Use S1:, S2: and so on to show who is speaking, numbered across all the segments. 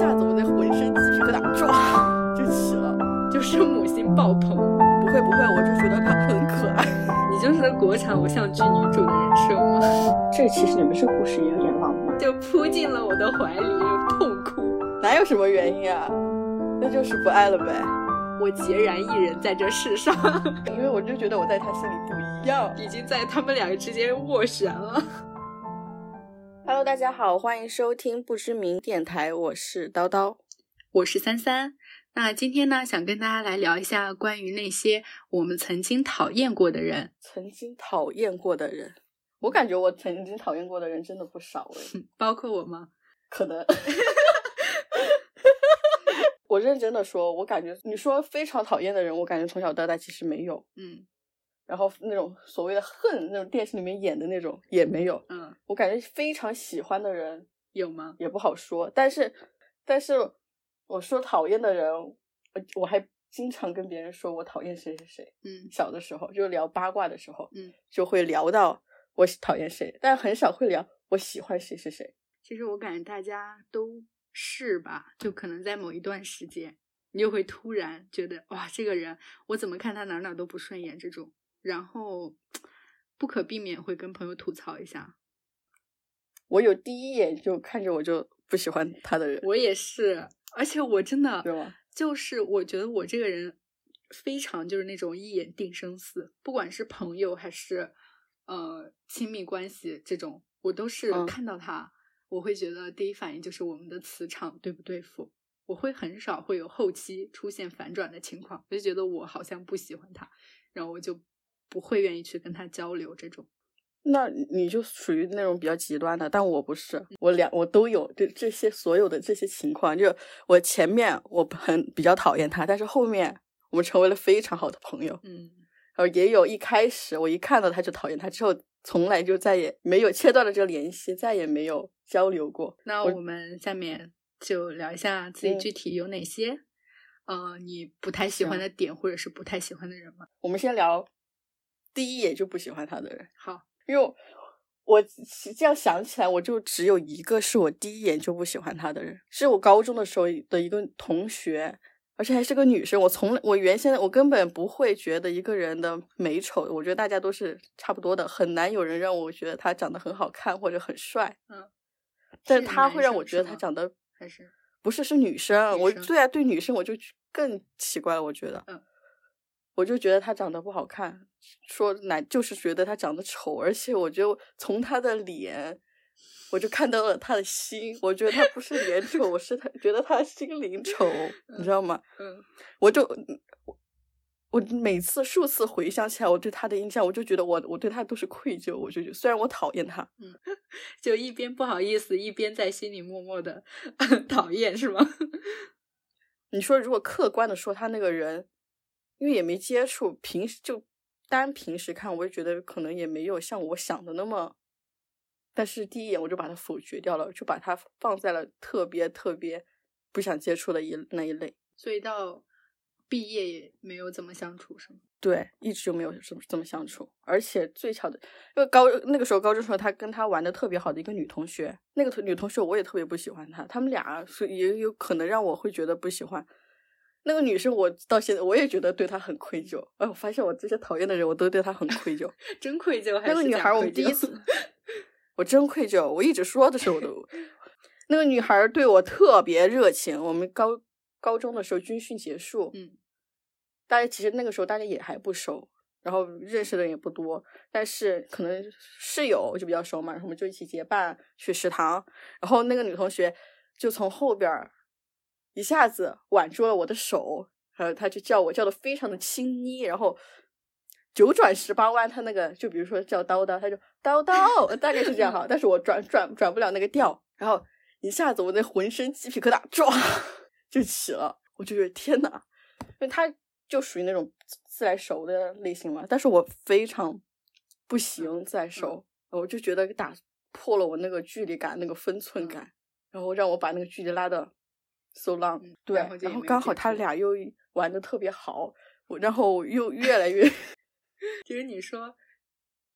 S1: 浑身鸡皮疙瘩，啊唰就起了，
S2: 就是母性爆棚，
S1: 不会不会，我就觉得他很可爱。
S2: 你就是国产偶像剧女主的人设吗？
S3: 这其实你们这故事也有点浪漫，
S2: 就扑进了我的怀里，痛哭。
S1: 哪有什么原因啊？那就是不爱了呗。
S2: 我孑然一人在这世上，
S1: 因为我就觉得我在他心里不一样。
S2: 已经在他们两个之间斡旋了。
S1: Hello，大家好，欢迎收听不知名电台，我是叨叨。
S2: 我是三三。那今天呢，想跟大家来聊一下关于那些我们曾经讨厌过的人。
S1: 曾经讨厌过的人，我感觉我曾经讨厌过的人真的不少诶，
S2: 包括我吗？
S1: 可能。我认真的说，我感觉你说非常讨厌的人，我感觉从小到大其实没有。
S2: 嗯
S1: 然后那种所谓的恨，那种电视里面演的那种也没有。
S2: 嗯，
S1: 我感觉非常喜欢的人
S2: 有吗？
S1: 也不好说，但是，但是我说讨厌的人，我我还经常跟别人说我讨厌谁谁谁。
S2: 嗯
S1: 小的时候就聊八卦的时候，
S2: 嗯，
S1: 就会聊到我讨厌谁，但很少会聊我喜欢谁谁谁。
S2: 其实我感觉大家都是吧，就可能在某一段时间，你就会突然觉得哇，这个人我怎么看他哪儿哪儿都不顺眼这种，然后不可避免会跟朋友吐槽一下。
S1: 我有第一眼就看着我就不喜欢他的人，
S2: 我也是，而且我真的
S1: 对吗？
S2: 就是我觉得我这个人非常就是那种一眼定生死，不管是朋友还是呃亲密关系这种，我都是
S1: 嗯
S2: 看到他，我会觉得第一反应就是我们的磁场对不对付，我会很少会有后期出现反转的情况，我就觉得我好像不喜欢他，然后我就不会愿意去跟他交流这种。
S1: 那你就属于那种比较极端的，但我不是，
S2: 嗯
S1: 我两我都有这这些所有的这些情况，就我前面我很比较讨厌他，但是后面我们成为了非常好的朋友，
S2: 嗯，
S1: 然后也有一开始我一看到他就讨厌他，之后从来就再也没有切断了这个联系，再也没有交流过。
S2: 那
S1: 我
S2: 我们下面就聊一下自己
S1: 嗯
S2: 具体有哪些，呃，你不太喜欢
S1: 行
S2: 的点或者是不太喜欢的人吗？
S1: 我们先聊第一眼就不喜欢他的人，
S2: 好，
S1: 因为我我其这样想起来，我就只有一个是我第一眼就不喜欢他的人，是我高中的时候的一个同学，而且还是个女生。我从来我原先我根本不会觉得一个人的美丑，我觉得大家都是差不多的，很难有人让我觉得他长得很好看或者很帅。
S2: 嗯，
S1: 但
S2: 是
S1: 他会
S2: 男
S1: 让
S2: 生
S1: 我
S2: 是
S1: 觉得他
S2: 吗
S1: 长得
S2: 还是
S1: 不是，是女生。
S2: 女
S1: 我
S2: 生
S1: 对啊，对女生我就更奇怪了，我觉得，
S2: 嗯
S1: 我就觉得她长得不好看，说难就是觉得她长得丑，而且我就从她的脸，我就看到了她的心，我觉得她不是脸丑，我是她觉得她心灵丑，你知道吗？
S2: 嗯，
S1: 我就我我每次数次回想起来我对她的印象，我就觉得我我对她都是愧疚，我就觉得虽然我讨厌她，
S2: 就一边不好意思，一边在心里默默的 讨厌，是吗？
S1: 你说如果客观的说，他那个人，因为也没接触，平时就单凭时看，我就觉得可能也没有像我想的那么。但是第一眼我就把他否决掉了，就把他放在了特别特别不想接触的一那一类。
S2: 所以到毕业也没有怎么相处，是吗？
S1: 对，一直就没有这么这么相处。而且最巧的，因为高那个时候高中时候，他跟他玩的特别好的一个女同学，那个同女同学我也特别不喜欢她，他们俩是也有可能让我会觉得不喜欢。那个女生我到现在我也觉得对她很愧疚，哎，我发现我这些讨厌的人我都对她很愧疚。
S2: 真愧疚还
S1: 那
S2: 是
S1: 个女
S2: 假
S1: 孩儿我
S2: 愧
S1: 们第
S2: 疚
S1: 一次，我真愧疚，我一直说的时候我 都。那个女孩儿对我特别热情，我们高高中的时候军训结束，
S2: 嗯
S1: 大家其实那个时候大家也还不熟，然后认识的人也不多，但是可能室友就比较熟嘛，然后我们就一起结伴去食堂，然后那个女同学就从后边儿一下子挽住了我的手，还有她就叫我叫的非常的亲昵，然后九转十八弯，她那个就比如说叫叨叨，她就叨叨，大概是这样哈，但是我转转转不了那个调，然后一下子我那浑身鸡皮疙瘩 唰就起了，我就觉得天呐，因为她就属于那种自来熟的类型嘛，但是我非常
S2: 嗯
S1: 不行自来熟，我就觉得打破了我那个距离感、那个分
S2: 嗯
S1: 寸感，然后让我把那个距离拉的 so long，、
S2: 嗯
S1: 对，
S2: 然后就也没有
S1: 刚
S2: 接
S1: 好他
S2: 触
S1: 俩又玩的特别好，我然后又越来越
S2: 就是你说，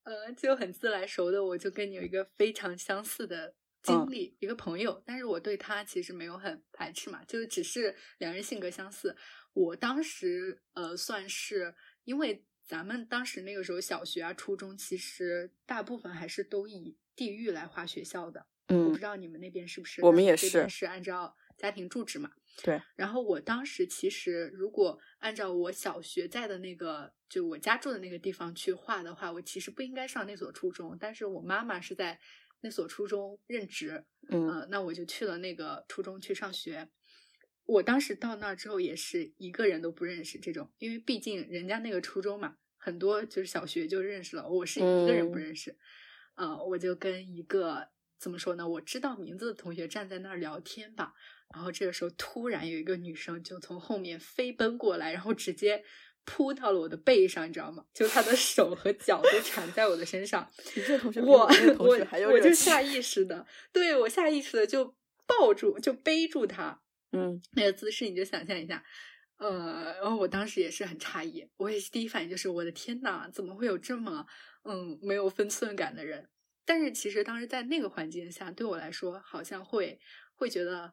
S2: 呃，就很自来熟的，我就跟你有一个非常相似的经
S1: 嗯
S2: 历，一个朋友，但是我对他其实没有很排斥嘛，就是只是两人性格相似。我当时呃，算是因为咱们当时那个时候小学啊、初中，其实大部分还是都以地域来划学校的。我 不
S1: 嗯
S2: 知道你们那边是不是？
S1: 我们
S2: 但
S1: 也
S2: 这边
S1: 是
S2: 是按照家庭住址嘛。
S1: 对。
S2: 然后我当时其实，如果按照我小学在的那个，就我家住的那个地方去画的话，我其实不应该上那所初中，但是我妈妈是在那所初中任职，
S1: 嗯
S2: 呃，那我就去了那个初中去上学。我当时到那儿之后也是一个人都不认识，这种，因为毕竟人家那个初中嘛，很多就是小学就认识了，我是一个人不
S1: 嗯
S2: 认识。呃，我就跟一个怎么说呢，我知道名字的同学站在那儿聊天吧。然后这个时候突然有一个女生就从后面飞奔过来，然后直接扑到了我的背上，你知道吗？就她的手和脚都缠在我的身上。
S1: 你这个同学比
S2: 我
S1: 那个同
S2: 我
S1: 学还要
S2: 我
S1: 热
S2: 就
S1: 情
S2: 下意识的，对我下意识的就抱住就背住他
S1: 嗯
S2: 那个姿势，你就想象一下。呃，然后我当时也是很诧异，我也是第一反应就是我的天呐，怎么会有这么嗯没有分寸感的人？但是其实当时在那个环境下，对我来说好像会会觉得，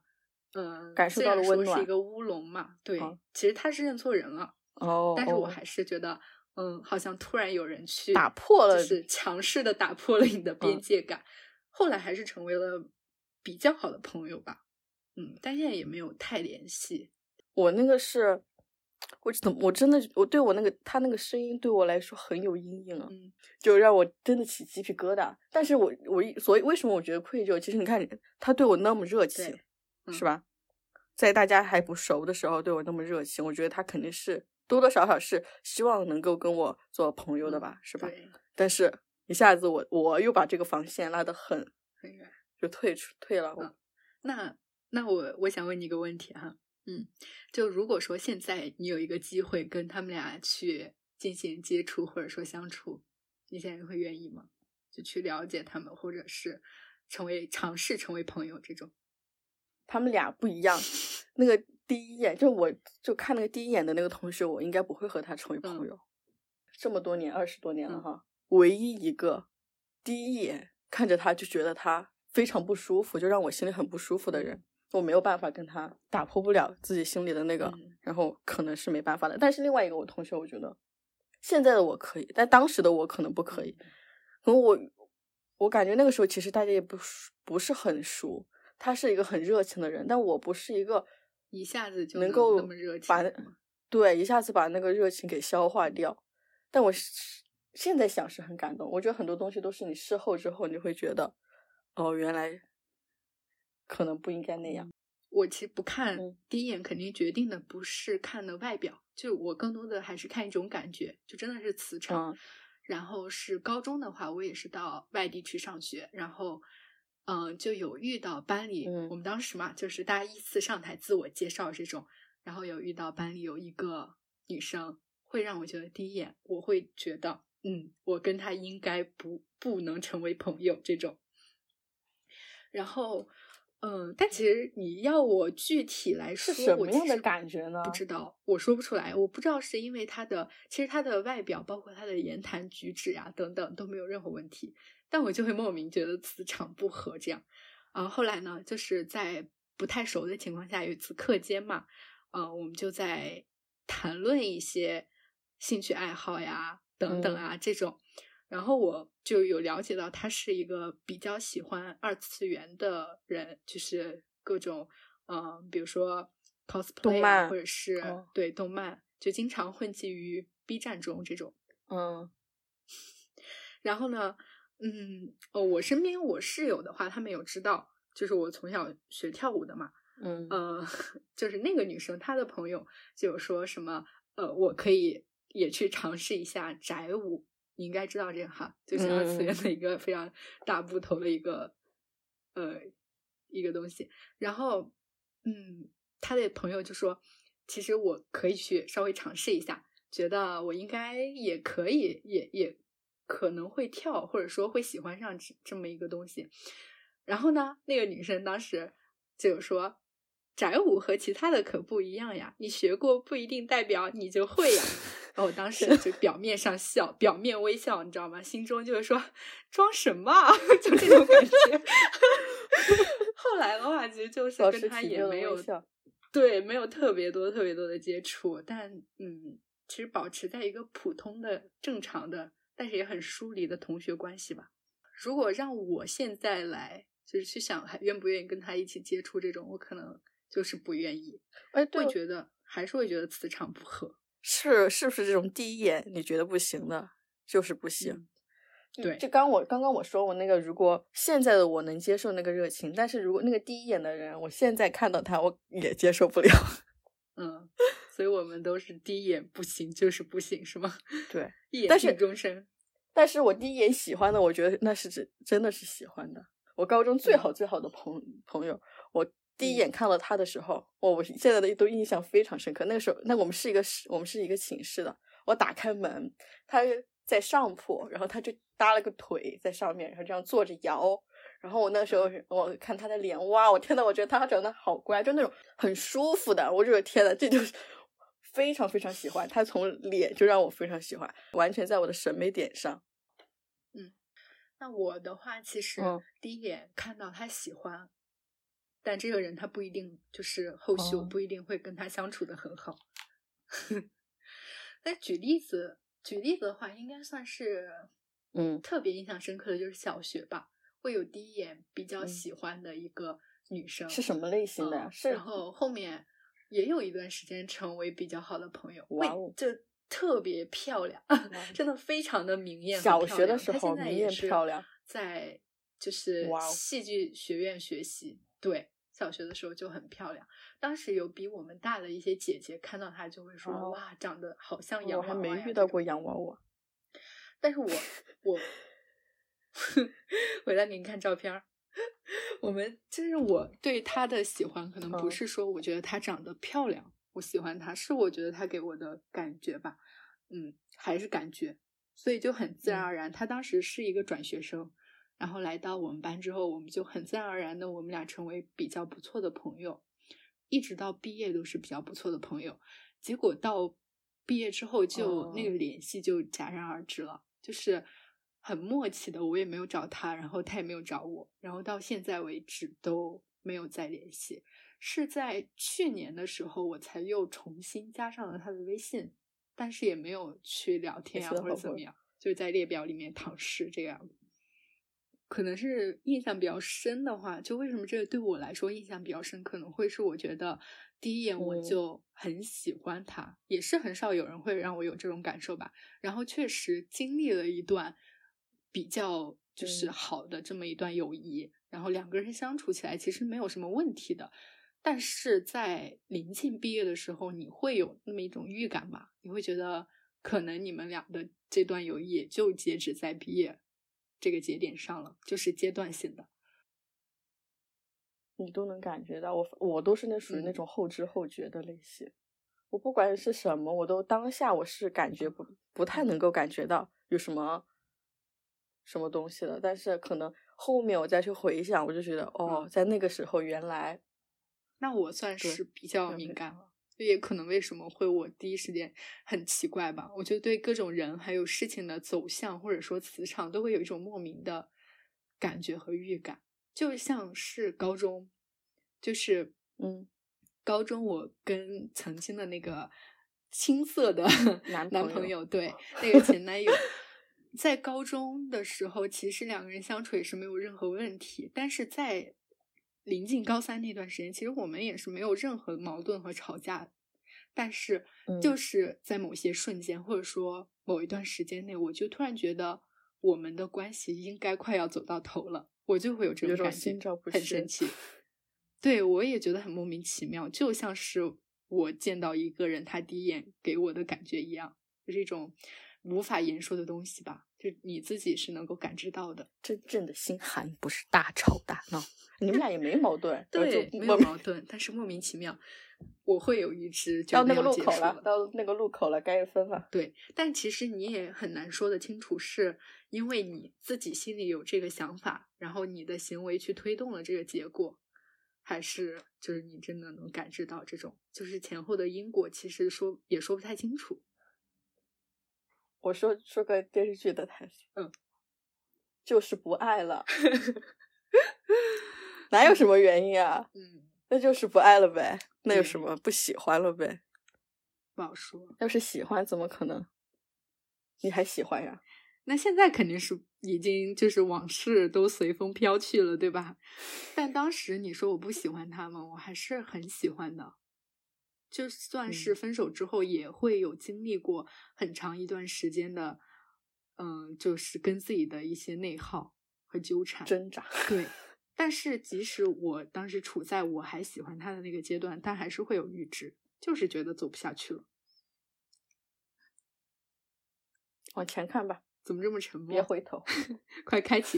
S2: 呃，
S1: 感受
S2: 虽
S1: 到
S2: 然
S1: 了温
S2: 说是一
S1: 暖
S2: 个乌龙嘛，对
S1: 好，
S2: 其实他是认错人了，
S1: 哦，
S2: 但是我
S1: 哦
S2: 还是觉得，嗯，好像突然有人去
S1: 打破了
S2: 就是强势的打破了你的边
S1: 嗯
S2: 界感。后来还是成为了比较好的朋友吧，嗯，但现在也没有太联系。
S1: 我那个是，我怎么我真的我对我那个他那个声音对我来说很有阴影啊，
S2: 嗯
S1: 就让我真的起鸡皮疙瘩。但是我我一所以为什么我觉得愧疚？其实你看他对我那么热情，
S2: 嗯
S1: 是吧？在大家还不熟的时候对我那么热情，我觉得他肯定是多多少少是希望能够跟我做朋友的
S2: 嗯
S1: 吧，是吧？
S2: 对，
S1: 但是一下子我我又把这个防线拉得很，
S2: 很远。
S1: 就退出退了。
S2: 嗯那那我我想问你一个问题哈、嗯，就如果说现在你有一个机会跟他们俩去进行接触或者说相处，你现在会愿意吗？就去了解他们，或者是成为尝试成为朋友这种。
S1: 他们俩不一样。那个第一眼，就我就看那个第一眼的那个同学，我应该不会和他成为朋
S2: 嗯
S1: 友。这么多年，二十多年了
S2: 嗯
S1: 哈，唯一一个第一眼看着他就觉得他非常不舒服，就让我心里很不舒服的
S2: 嗯
S1: 人，我没有办法跟他打破不了自己心里的那个，
S2: 嗯
S1: 然后可能是没办法的。但是另外一个我同学，我觉得现在的我可以，但当时的我可能不可
S2: 嗯
S1: 以。可能我我感觉那个时候其实大家也不熟不是很熟，他是一个很热情的人，但我不是一个
S2: 一下子就
S1: 能
S2: 能
S1: 够
S2: 那么热情
S1: 把
S2: 了
S1: 那
S2: 吗
S1: 对一下子把那个热情给消化掉。但我是现在想是很感动，我觉得很多东西都是你事后之后你会觉得，哦，原来可能不应该那样。
S2: 我其实不看
S1: 嗯
S2: 第一眼肯定决定的不是看的外表，就我更多的还是看一种感觉，就真的是磁场。
S1: 嗯
S2: 然后是高中的话，我也是到外地去上学，然后嗯、呃就有遇到班里、
S1: 嗯
S2: 我们当时嘛，就是大家依次上台自我介绍这种，然后有遇到班里有一个女生，会让我觉得第一眼我会觉得，嗯，我跟她应该不不能成为朋友这种。然后，嗯，但其实你要我具体来
S1: 是
S2: 说，
S1: 什
S2: 我
S1: 么
S2: 其
S1: 样的
S2: 实
S1: 感觉呢
S2: 不知道，我说不出来，我不知道是因为他的，其实他的外表，包括他的言谈举止呀、等等都没有任何问题，但我就会莫名觉得磁场不合这样。啊、后来呢，就是在不太熟的情况下，有一次课间嘛，呃，我们就在谈论一些兴趣爱好呀，等
S1: 嗯
S2: 等啊、这种。然后我就有了解到，他是一个比较喜欢二次元的人，就是各种，嗯、比如说 cosplay 啊
S1: 动漫
S2: 或者是、
S1: 哦
S2: 对动漫，就经常混迹于 B 站中这种。
S1: 嗯
S2: 然后呢，嗯，哦，我身边我室友的话，他们有知道，就是我从小学跳舞的嘛，
S1: 嗯
S2: 呃， 就是那个女生，她的朋友就有说什么，呃，我可以也去尝试一下宅舞，你应该知道这个哈，就是二次元的一个非常大部头的一个、呃一个东西。然后，嗯，她的朋友就说，其实我可以去稍微尝试一下，觉得我应该也可以，也也可能会跳，或者说会喜欢上这这么一个东西。然后呢，那个女生当时就有说，宅舞和其他的可不一样呀，你学过不一定代表你就 会呀。然后我当时就表面上笑，表面 微笑，你知道吗？心中就是说装什么啊，就这种感觉。就是
S1: 保
S2: 跟
S1: 持
S2: 他
S1: 体
S2: 也
S1: 面的
S2: 没
S1: 微
S2: 有
S1: 笑
S2: 对没有特别多特别多的接触，但嗯，其实保持在一个普通的、正常的，但是也很疏离的同学关系吧。如果让我现在来，就是去想还愿不愿意跟他一起接触这种，我可能就是不愿意，
S1: 哎，对
S2: 会
S1: 我，
S2: 觉得还是会觉得磁场不合。
S1: 是是不是这种第一眼你觉得不行的，就是不行。
S2: 嗯对
S1: 就刚我刚刚我说我那个，如果现在的我能接受那个热情，但是如果那个第一眼的人，我现在看到他，我也接受不了。
S2: 嗯，所以我们都是第一眼不行就是不行，是吗？
S1: 对，
S2: 一眼
S1: 但
S2: 定
S1: 是
S2: 终身。
S1: 但是我第一眼喜欢的，我觉得那是真真的是喜欢的。我高中最好最好的朋朋友，我第一眼看到他的时候，我我现在的都印象非常深刻。那个时候，那我们是一个室我们是一个寝室的，我打开门，他在上铺，然后他就搭了个腿在上面，然后这样坐着摇。然后我那时候是我看他的脸，哇，我天呐，我觉得他长得好乖，就那种很舒服的，我就觉得天呐，这就是非常非常喜欢他，从脸就让我非常喜欢，完全在我的审美点上。
S2: 那我的话，其实
S1: 嗯
S2: 第一眼看到他喜欢，但这个人他不一定就是后续我
S1: 哦
S2: 不一定会跟他相处的很好。 那举例子，举例子的话，应该算是
S1: 嗯
S2: 特别印象深刻的就是小学吧，会有第一眼比较
S1: 嗯
S2: 喜欢的一个女生，
S1: 是什么类型的呀？
S2: 嗯
S1: 是
S2: 然后后面也有一段时间成为比较好的朋友，
S1: 哇
S2: 会
S1: 哦
S2: 就特别漂亮， 真的非常的明艳和
S1: 小
S2: 漂亮。
S1: 学的时
S2: 她现
S1: 候
S2: 在
S1: 明
S2: 也
S1: 艳
S2: 是
S1: 漂亮
S2: 在就是
S1: 哇哦
S2: 戏剧学院学习，对。小学的时候就很漂亮，当时有比我们大的一些姐姐看到她就会说：“
S1: 哦
S2: 哇，长得好像洋
S1: 我
S2: 娃娃
S1: 还没
S2: 呀
S1: 遇
S2: 这
S1: 到
S2: 种
S1: 过洋娃娃。
S2: 但是我我我再给你看照片儿。我们就是我对她的喜欢，可能不
S1: 嗯
S2: 是说我觉得她长得漂亮，我喜欢她，是我觉得她给我的感觉吧，嗯，还是感觉，所以就很自然
S1: 嗯
S2: 而然。她当时是一个转学生，然后来到我们班之后，我们就很自然而然的，我们俩成为比较不错的朋友，一直到毕业都是比较不错的朋友。结果到毕业之后就，
S1: 哦
S2: 那个联系就戛然而止了，就是很默契的，我也没有找他，然后他也没有找我，然后到现在为止都没有再联系。是在去年的时候，我才又重新加上了他的微信，但是也没有去聊天啊
S1: 觉得
S2: 或者
S1: 好
S2: 怎么
S1: 过
S2: 样，就是在列表里面躺尸这样。可能是印象比较深的话，就为什么这个对我来说印象比较深，可能会是我觉得第一眼我
S1: 嗯
S2: 就很喜欢他，也是很少有人会让我有这种感受吧。然后确实经历了一段比较就是
S1: 嗯
S2: 好的这么一段友谊，然后两个人相处起来其实没有什么问题的。但是在临近毕业的时候，你会有那么一种预感吧？你会觉得可能你们俩的这段友谊也就截止在毕业这个节点上了，就是阶段性的。
S1: 你都能感觉到，我我都是那属于那
S2: 嗯
S1: 种后知后觉的类型。我不管是什么，我都当下我是感觉不不太能够感觉到有什么什么东西的，但是可能后面我再去回想，我就觉得哦
S2: 嗯，
S1: 在那个时候原来
S2: 那我算
S1: 对
S2: 是比较
S1: 了
S2: 敏
S1: 解
S2: 感了，就也可能为什么会我第一时间很奇怪吧？我觉得对各种人还有事情的走向或者说磁场都会有一种莫名的感觉和预感，就像是高中，就是
S1: 嗯，
S2: 高中我跟曾经的那个青涩的
S1: 嗯男
S2: 男
S1: 朋
S2: 朋
S1: 友哦
S2: 友，对那个 前男友。在高中的时候，其实两个人相处也是没有任何问题，但是在临近高三那段时间，其实我们也是没有任何矛盾和吵架的，但是
S1: 嗯
S2: 就是在某些瞬间，或者说某一段时间内，我就突然觉得我们的关系应该快要走到头了，我就会有这
S1: 有
S2: 种
S1: 种
S2: 感觉，
S1: 心照不
S2: 很
S1: 宣
S2: 神奇。对我也觉得很莫名其妙，就像是我见到一个人，他第一眼给我的感觉一样，就是一种无法言说的东西吧，就你自己是能够感知到的。
S1: 真正的心寒，不是大吵大闹，你们俩也没矛盾， 然后就
S2: 对，没
S1: 莫
S2: 有矛盾，但是莫名其妙，我会有一只觉
S1: 到
S2: 得
S1: 那个
S2: 要
S1: 路
S2: 结
S1: 口
S2: 束
S1: 了，到那个路口了，该分了。
S2: 对，但其实你也很难说得清楚，是因为你自己心里有这个想法，然后你的行为去推动了这个结果，还是就是你真的能感知到这种，就是前后的因果，其实说也说不太清楚。
S1: 我说说个电视剧的台词，
S2: 嗯，
S1: 就是不爱了，哪有什么原因啊？
S2: 嗯，
S1: 那就是不爱了呗，那有
S2: 对
S1: 什么不喜欢了呗？
S2: 不好说。
S1: 要是喜欢，怎么可能？你还喜欢呀？
S2: 那现在肯定是已经就是往事都随风飘去了，对吧？但当时你说我不喜欢他们，我还是很喜欢的。就算
S1: 嗯
S2: 是分手之后，也会有经历过很长一段时间的，嗯、就是跟自己的一些内耗和纠缠。
S1: 挣扎，
S2: 对， 但是即使我当时处在我还喜欢他的那个阶段，但还是会有预知，就是觉得走不下去了。
S1: 往前看吧，
S2: 怎么这么沉默？
S1: 别回头。
S2: 快开启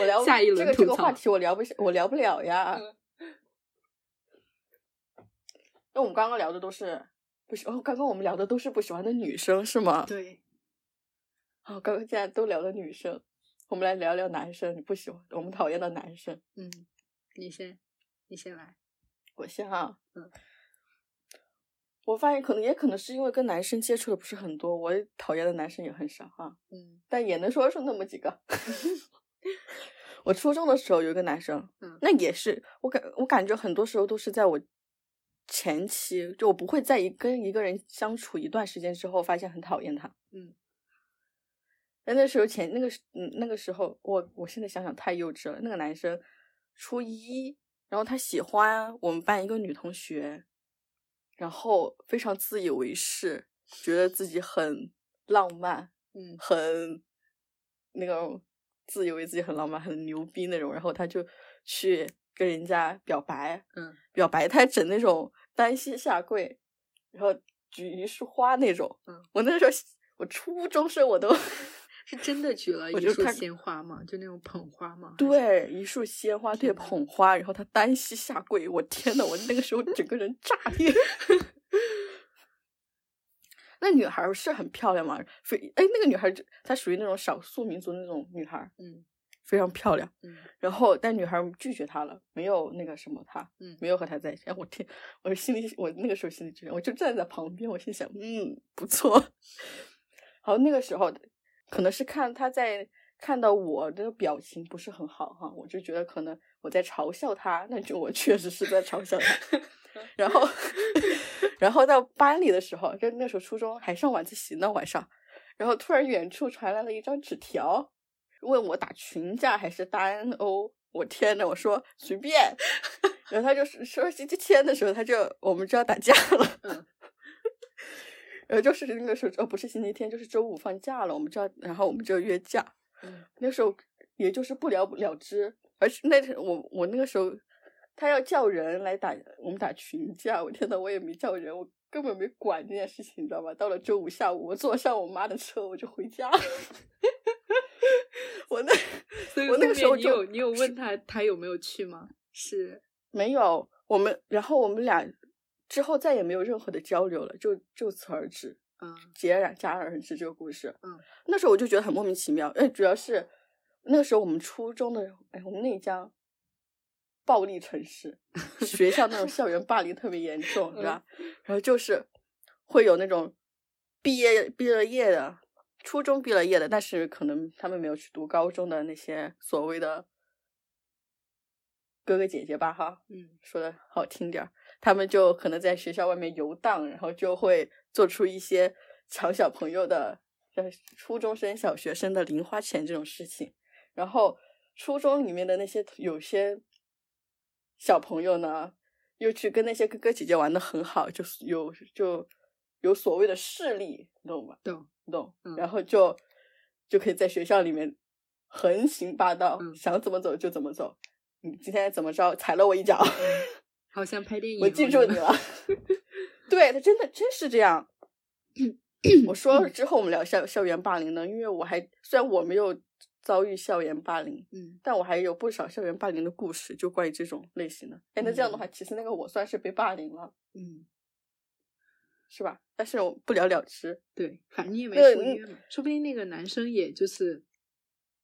S1: 我聊
S2: 下一轮
S1: 这个
S2: 吐
S1: 这个
S2: 槽嗯
S1: 话题，我聊不下我聊不了呀。那我们刚刚聊的都是不是？哦，刚刚我们聊的都是不喜欢的女生是吗？
S2: 对，
S1: 哦，刚刚现在都聊的女生，我们来聊聊男生。你不喜欢我们讨厌的男生，
S2: 嗯，你先，你先来。
S1: 我先啊，
S2: 嗯，
S1: 我发现可能也可能是因为跟男生接触的不是很多，我讨厌的男生也很少啊。
S2: 嗯
S1: 但也能说出那么几个。 我初中的时候有一个男生，
S2: 嗯
S1: 那也是我感我感觉很多时候都是在我前期，就我不会在一跟一个人相处一段时间之后，发现很讨厌他。
S2: 嗯，
S1: 但那时候前那个时嗯那个时候，我我现在想想太幼稚了。那个男生初一，然后他喜欢我们班一个女同学，然后非常自以为是，觉得自己很浪漫，
S2: 嗯
S1: 很那种自以为自己很浪漫、很牛逼那种，然后他就去跟人家表白，
S2: 嗯
S1: 表白他还整那种单膝下跪，然后举一束花那种。
S2: 嗯
S1: 我那时候我初中生我 都
S2: 是真的举了
S1: 我
S2: 一
S1: 就
S2: 束
S1: 看
S2: 鲜花吗？就那种捧花吗？
S1: 对一束鲜花，对
S2: 天呐
S1: 捧花，然后他单膝下跪，我天呐，我那个时候整个人炸裂。 那女孩儿是很漂亮嘛？非哎，那个女孩儿就她属于那种少数民族那种女孩儿，
S2: 嗯
S1: 非常漂亮。
S2: 嗯
S1: 然后但女孩儿拒绝他了，没有那个什么他，
S2: 嗯
S1: 没有和他在一起。哎，我天，我心里我那个时候心里就想，我就站在旁边，我心想，嗯，不错。 好，那个时候可能是看他在看到我的表情不是很好哈，我就觉得可能我在嘲笑他，那就我确实是在嘲笑他。 然后，然后到班里的时候，就那时候初中还上晚自习呢，晚上，然后突然远处传来了一张纸条，问我打群架还是单欧。我天呐，我说随便， 然后他就是说星期天的时候，他就我们就要打架了。
S2: 嗯
S1: 然后就是那个时候，哦，不是星期天，就是周五放假了，我们就要，然后我们就约架。
S2: 嗯
S1: 那时候也就是不了了之，而且那时我我那个时候他要叫人来打我们打群架，我天呐，我也没叫人，我根本没管这件事情，你知道吧？到了周五下午，我坐上我妈的车，我就回家了。 我那
S2: 所以
S1: 我那
S2: 后
S1: 个时候
S2: 面你
S1: 就
S2: 有你有问他他有没有去吗？ 是
S1: 没有，我们然后我们俩之后再也没有任何的交流了，就就此而止，
S2: 嗯
S1: 戛然戛然而止这个故事。
S2: 嗯，
S1: 那时候我就觉得很莫名其妙，哎，主要是那个时候我们初中的，哎，我们内江暴力城 市，学校那种校园霸凌特别严重，对吧？
S2: 嗯
S1: 然后就是会有那种毕业毕了业的。初中毕了业的，但是可能他们没有去读高中的那些所谓的哥哥姐姐吧，哈，
S2: 嗯
S1: 说的好听点儿，他们就可能在学校外面游荡，然后就会做出一些抢小朋友的，呃，初中生、小学生的零花钱这种事情。然后初中里面的那些有些小朋友呢，又去跟那些哥哥姐姐玩的很好，就是有就有所谓的势力，你懂吗？
S2: 懂
S1: 你懂？
S2: 嗯
S1: 然后就就可以在学校里面横行霸道，
S2: 嗯
S1: 想怎么走就怎么走。你今天怎么着踩了我一脚？
S2: 好像拍电影哦，
S1: 我记住你
S2: 们
S1: 了。 对他真的真是这样。我说了之后，我们聊校校园霸凌呢，因为我还虽然我没有遭遇校园霸凌，
S2: 嗯
S1: 但我还有不少校园霸凌的故事，就关于这种类型的。哎，那这样的话，其实那个我算是被霸凌了，
S2: 嗯，
S1: 是吧？但是我不了了之。
S2: 对，反正你也没
S1: 那
S2: 赴
S1: 嗯
S2: 约嘛，说不定那个男生也就是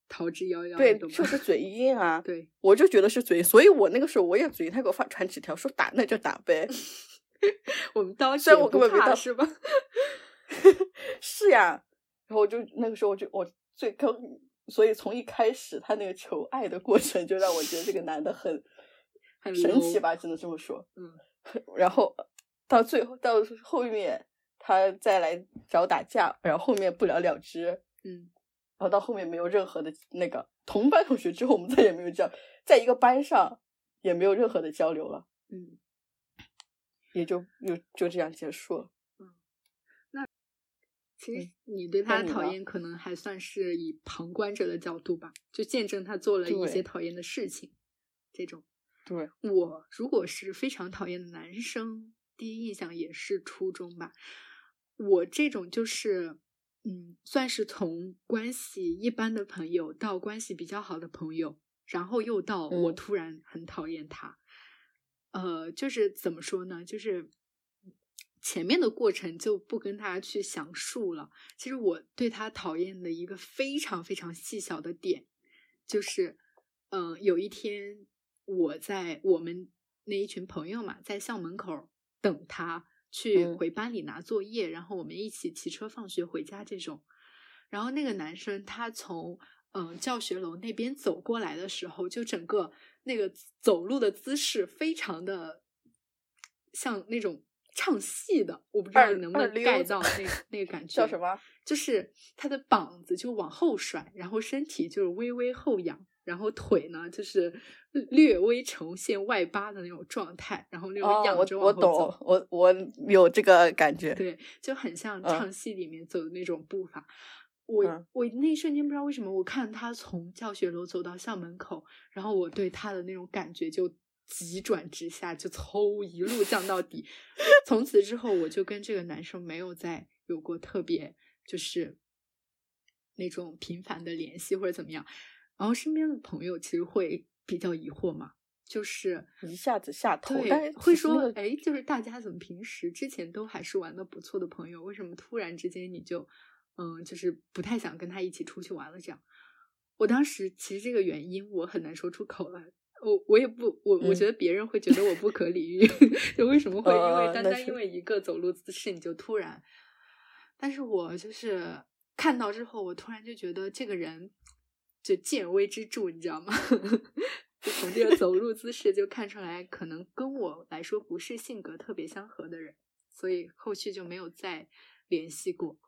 S2: 逃之夭夭，
S1: 对
S2: 你，懂吗。
S1: 就是嘴硬啊
S2: 对，
S1: 我就觉得是嘴硬，所以我那个时候我也嘴硬，他给我发传纸条说打那就打呗。
S2: 我们刀
S1: 虽然
S2: 姐
S1: 我
S2: 不
S1: 根本没
S2: 怕
S1: 到
S2: 是吧？
S1: 是呀，然后我就那个时候我就我最刚，所以从一开始他那个求爱的过程就让我觉得这个男的很
S2: 很
S1: 神奇
S2: low？
S1: 吧，只能这么说。
S2: 嗯，
S1: 然后到最后到后面他再来找打架，然后后面不了了之，然
S2: 嗯，
S1: 后到后面没有任何的那个同班同学之后，我们再也没有交，在一个班上也没有任何的交流了，
S2: 嗯，
S1: 也就就就这样结束了。
S2: 其实
S1: 嗯
S2: 你对
S1: 那
S2: 他的
S1: 你
S2: 讨
S1: 呢
S2: 厌，可能还算是以旁观者的角度吧，就见证他做了一些
S1: 对
S2: 讨厌的事情。这种，
S1: 对，
S2: 我如果是非常讨厌的男生，第一印象也是初中吧。我这种就是，嗯，算是从关系一般的朋友到关系比较好的朋友，然后又到我
S1: 嗯
S2: 突然很讨厌他。呃，就是怎么说呢？就是前面的过程就不跟大家去详述了。其实我对他讨厌的一个非常非常细小的点，就是，嗯、有一天我在我们那一群朋友嘛，在校门口等他去
S1: 嗯
S2: 回班里拿作业，然后我们一起骑车放学回家这种。然后那个男生他从嗯、呃教学楼那边走过来的时候，就整个那个走路的姿势非常的像那种唱戏的，我不知道
S1: 二
S2: 你能不
S1: 二
S2: 能
S1: 溜
S2: 盖
S1: 子
S2: 到那个那个感觉
S1: 叫什么？
S2: 就是他的膀子就往后甩，然后身体就是微微后仰，然后腿呢就是略微呈现外八的那种状态，然后那种
S1: 哦，
S2: 仰
S1: 我
S2: 着
S1: 我
S2: 往后走。
S1: 懂，我我有这个感觉。
S2: 对，就很像
S1: 嗯
S2: 唱戏里面走的那种步伐。我、
S1: 嗯
S2: 我那一瞬间不知道为什么，我看他从教学楼走到校门口，然后我对他的那种感觉就急转直下，就嗖一路降到底。从此之后，我就跟这个男生没有再有过特别就是那种频繁的联系或者怎么样。然后身边的朋友其实会比较疑惑嘛，就是
S1: 一下子下头
S2: 对
S1: 但是
S2: 会
S1: 其实那
S2: 说，
S1: 个
S2: 哎，就是大家怎么平时之前都还是玩的不错的朋友，为什么突然之间你就，嗯，就是不太想跟他一起出去玩了？这样，我当时其实这个原因我很难说出口来，我我也不，我
S1: 嗯
S2: 我觉得别人会觉得我不可理喻， 就为什么会因为
S1: 呃
S2: 单
S1: 那
S2: 单
S1: 是
S2: 因为一个走路姿势你就突然，但是我就是看到之后，我突然就觉得这个人就见微知著，你知道吗？就从这个走路姿势就看出来，可能跟我来说不是性格特别相合的人，所以后续就没有再联系过。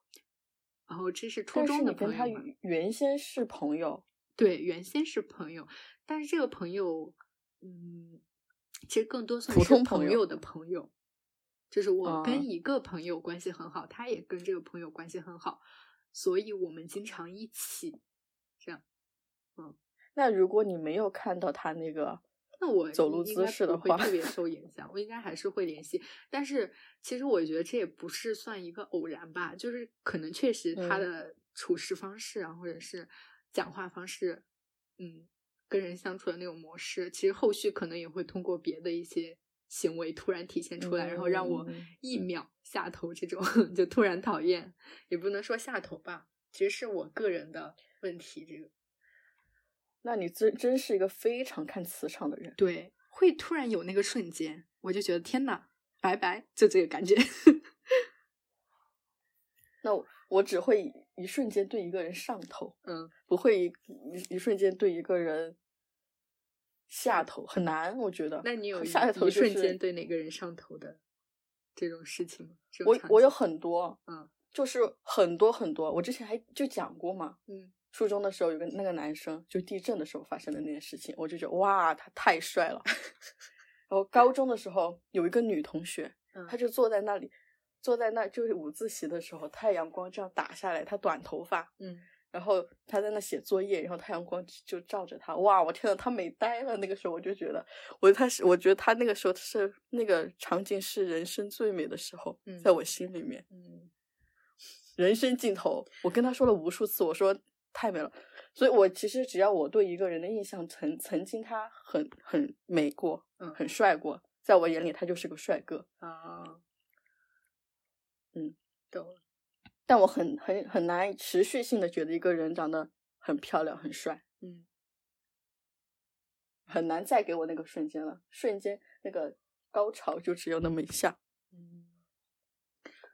S2: 然后这是初
S1: 但是
S2: 中的
S1: 你
S2: 朋
S1: 跟
S2: 友
S1: 他
S2: 嘛
S1: 原原先是朋友，
S2: 对，原先是朋友，但是这个朋友，嗯，其实更多算
S1: 普
S2: 是
S1: 通
S2: 朋
S1: 朋友
S2: 友的朋友，就是我
S1: 啊
S2: 跟一个朋友关系很好，他也跟这个朋友关系很好，所以我们经常一起这样。
S1: 那如果你没有看到他那个，
S2: 那我
S1: 走
S2: 应
S1: 路
S2: 应
S1: 姿
S2: 该
S1: 势
S2: 不
S1: 的
S2: 会
S1: 话
S2: 特别受影响，我应该还是会联系。但是其实我觉得这也不是算一个偶然吧，就是可能确实他
S1: 嗯
S2: 的处事方式啊，或者是讲话方式，嗯，跟人相处的那种模式，其实后续可能也会通过别的一些行为突然体现出来，然后让我
S1: 嗯
S2: 一秒下头，这种 就突然讨厌，也不能说下头吧，其实是我个人的问题，这个。
S1: 那你真真是一个非常看磁场的人。
S2: 对，会突然有那个瞬间，我就觉得天呐，拜拜，就这个感觉。
S1: 那我我只会一一瞬间对一个人上头，
S2: 嗯，
S1: 不会一一一瞬间对一个人下头，很难，我觉得。
S2: 那你有一
S1: 下头
S2: 一
S1: 就
S2: 瞬
S1: 是
S2: 间对哪个人上头的这种事情吗？这种
S1: 我
S2: 场
S1: 我有
S2: 景
S1: 很多，
S2: 嗯，
S1: 就是很多很多，我之前还就讲过嘛，
S2: 嗯
S1: 初中的时候有个那个男生，就地震的时候发生的那件事情，我就觉得哇，他太帅 了。然后高中的时候有一个女同学，
S2: 嗯，
S1: 她就坐在那里，坐在那就是午自习的时候，太阳光这样打下来，她短头发，
S2: 嗯
S1: 然后她在那写作业，然后太阳光就照着她，哇，我天呐，她美呆了。那个时候我就觉得，我她是我觉得她那个时候是那个场景是人生最美的时候，
S2: 嗯
S1: 在我心里面。
S2: 嗯
S1: 人生尽头，我跟他说了无数次，我说太美了。所以我其实只要我对一个人的印象曾曾经他很很美过，
S2: 嗯
S1: 很帅过，在我眼里他就是个帅哥。
S2: 啊，
S1: 嗯，
S2: 懂了，
S1: 但我很很很难持续性的觉得一个人长得很漂亮、很帅，
S2: 嗯
S1: 很难再给我那个瞬间了。瞬间那个高潮就只有那么一下。
S2: 嗯。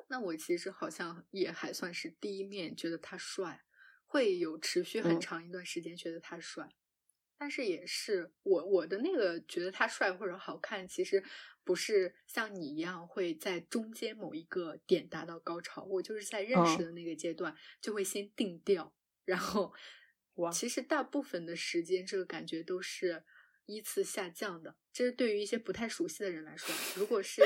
S2: 那我其实好像也还算是第一面觉得他帅，会有持续很
S1: 嗯
S2: 长一段时间觉得他帅，但是也是我我的那个觉得他帅或者好看，其实不是像你一样会在中间某一个点达到高潮，我就是在认
S1: 嗯
S2: 识的那个阶段就会先定调，然后
S1: 哇
S2: 其实大部分的时间这个感觉都是依次下降的。这是对于一些不太熟悉的人来说，如果是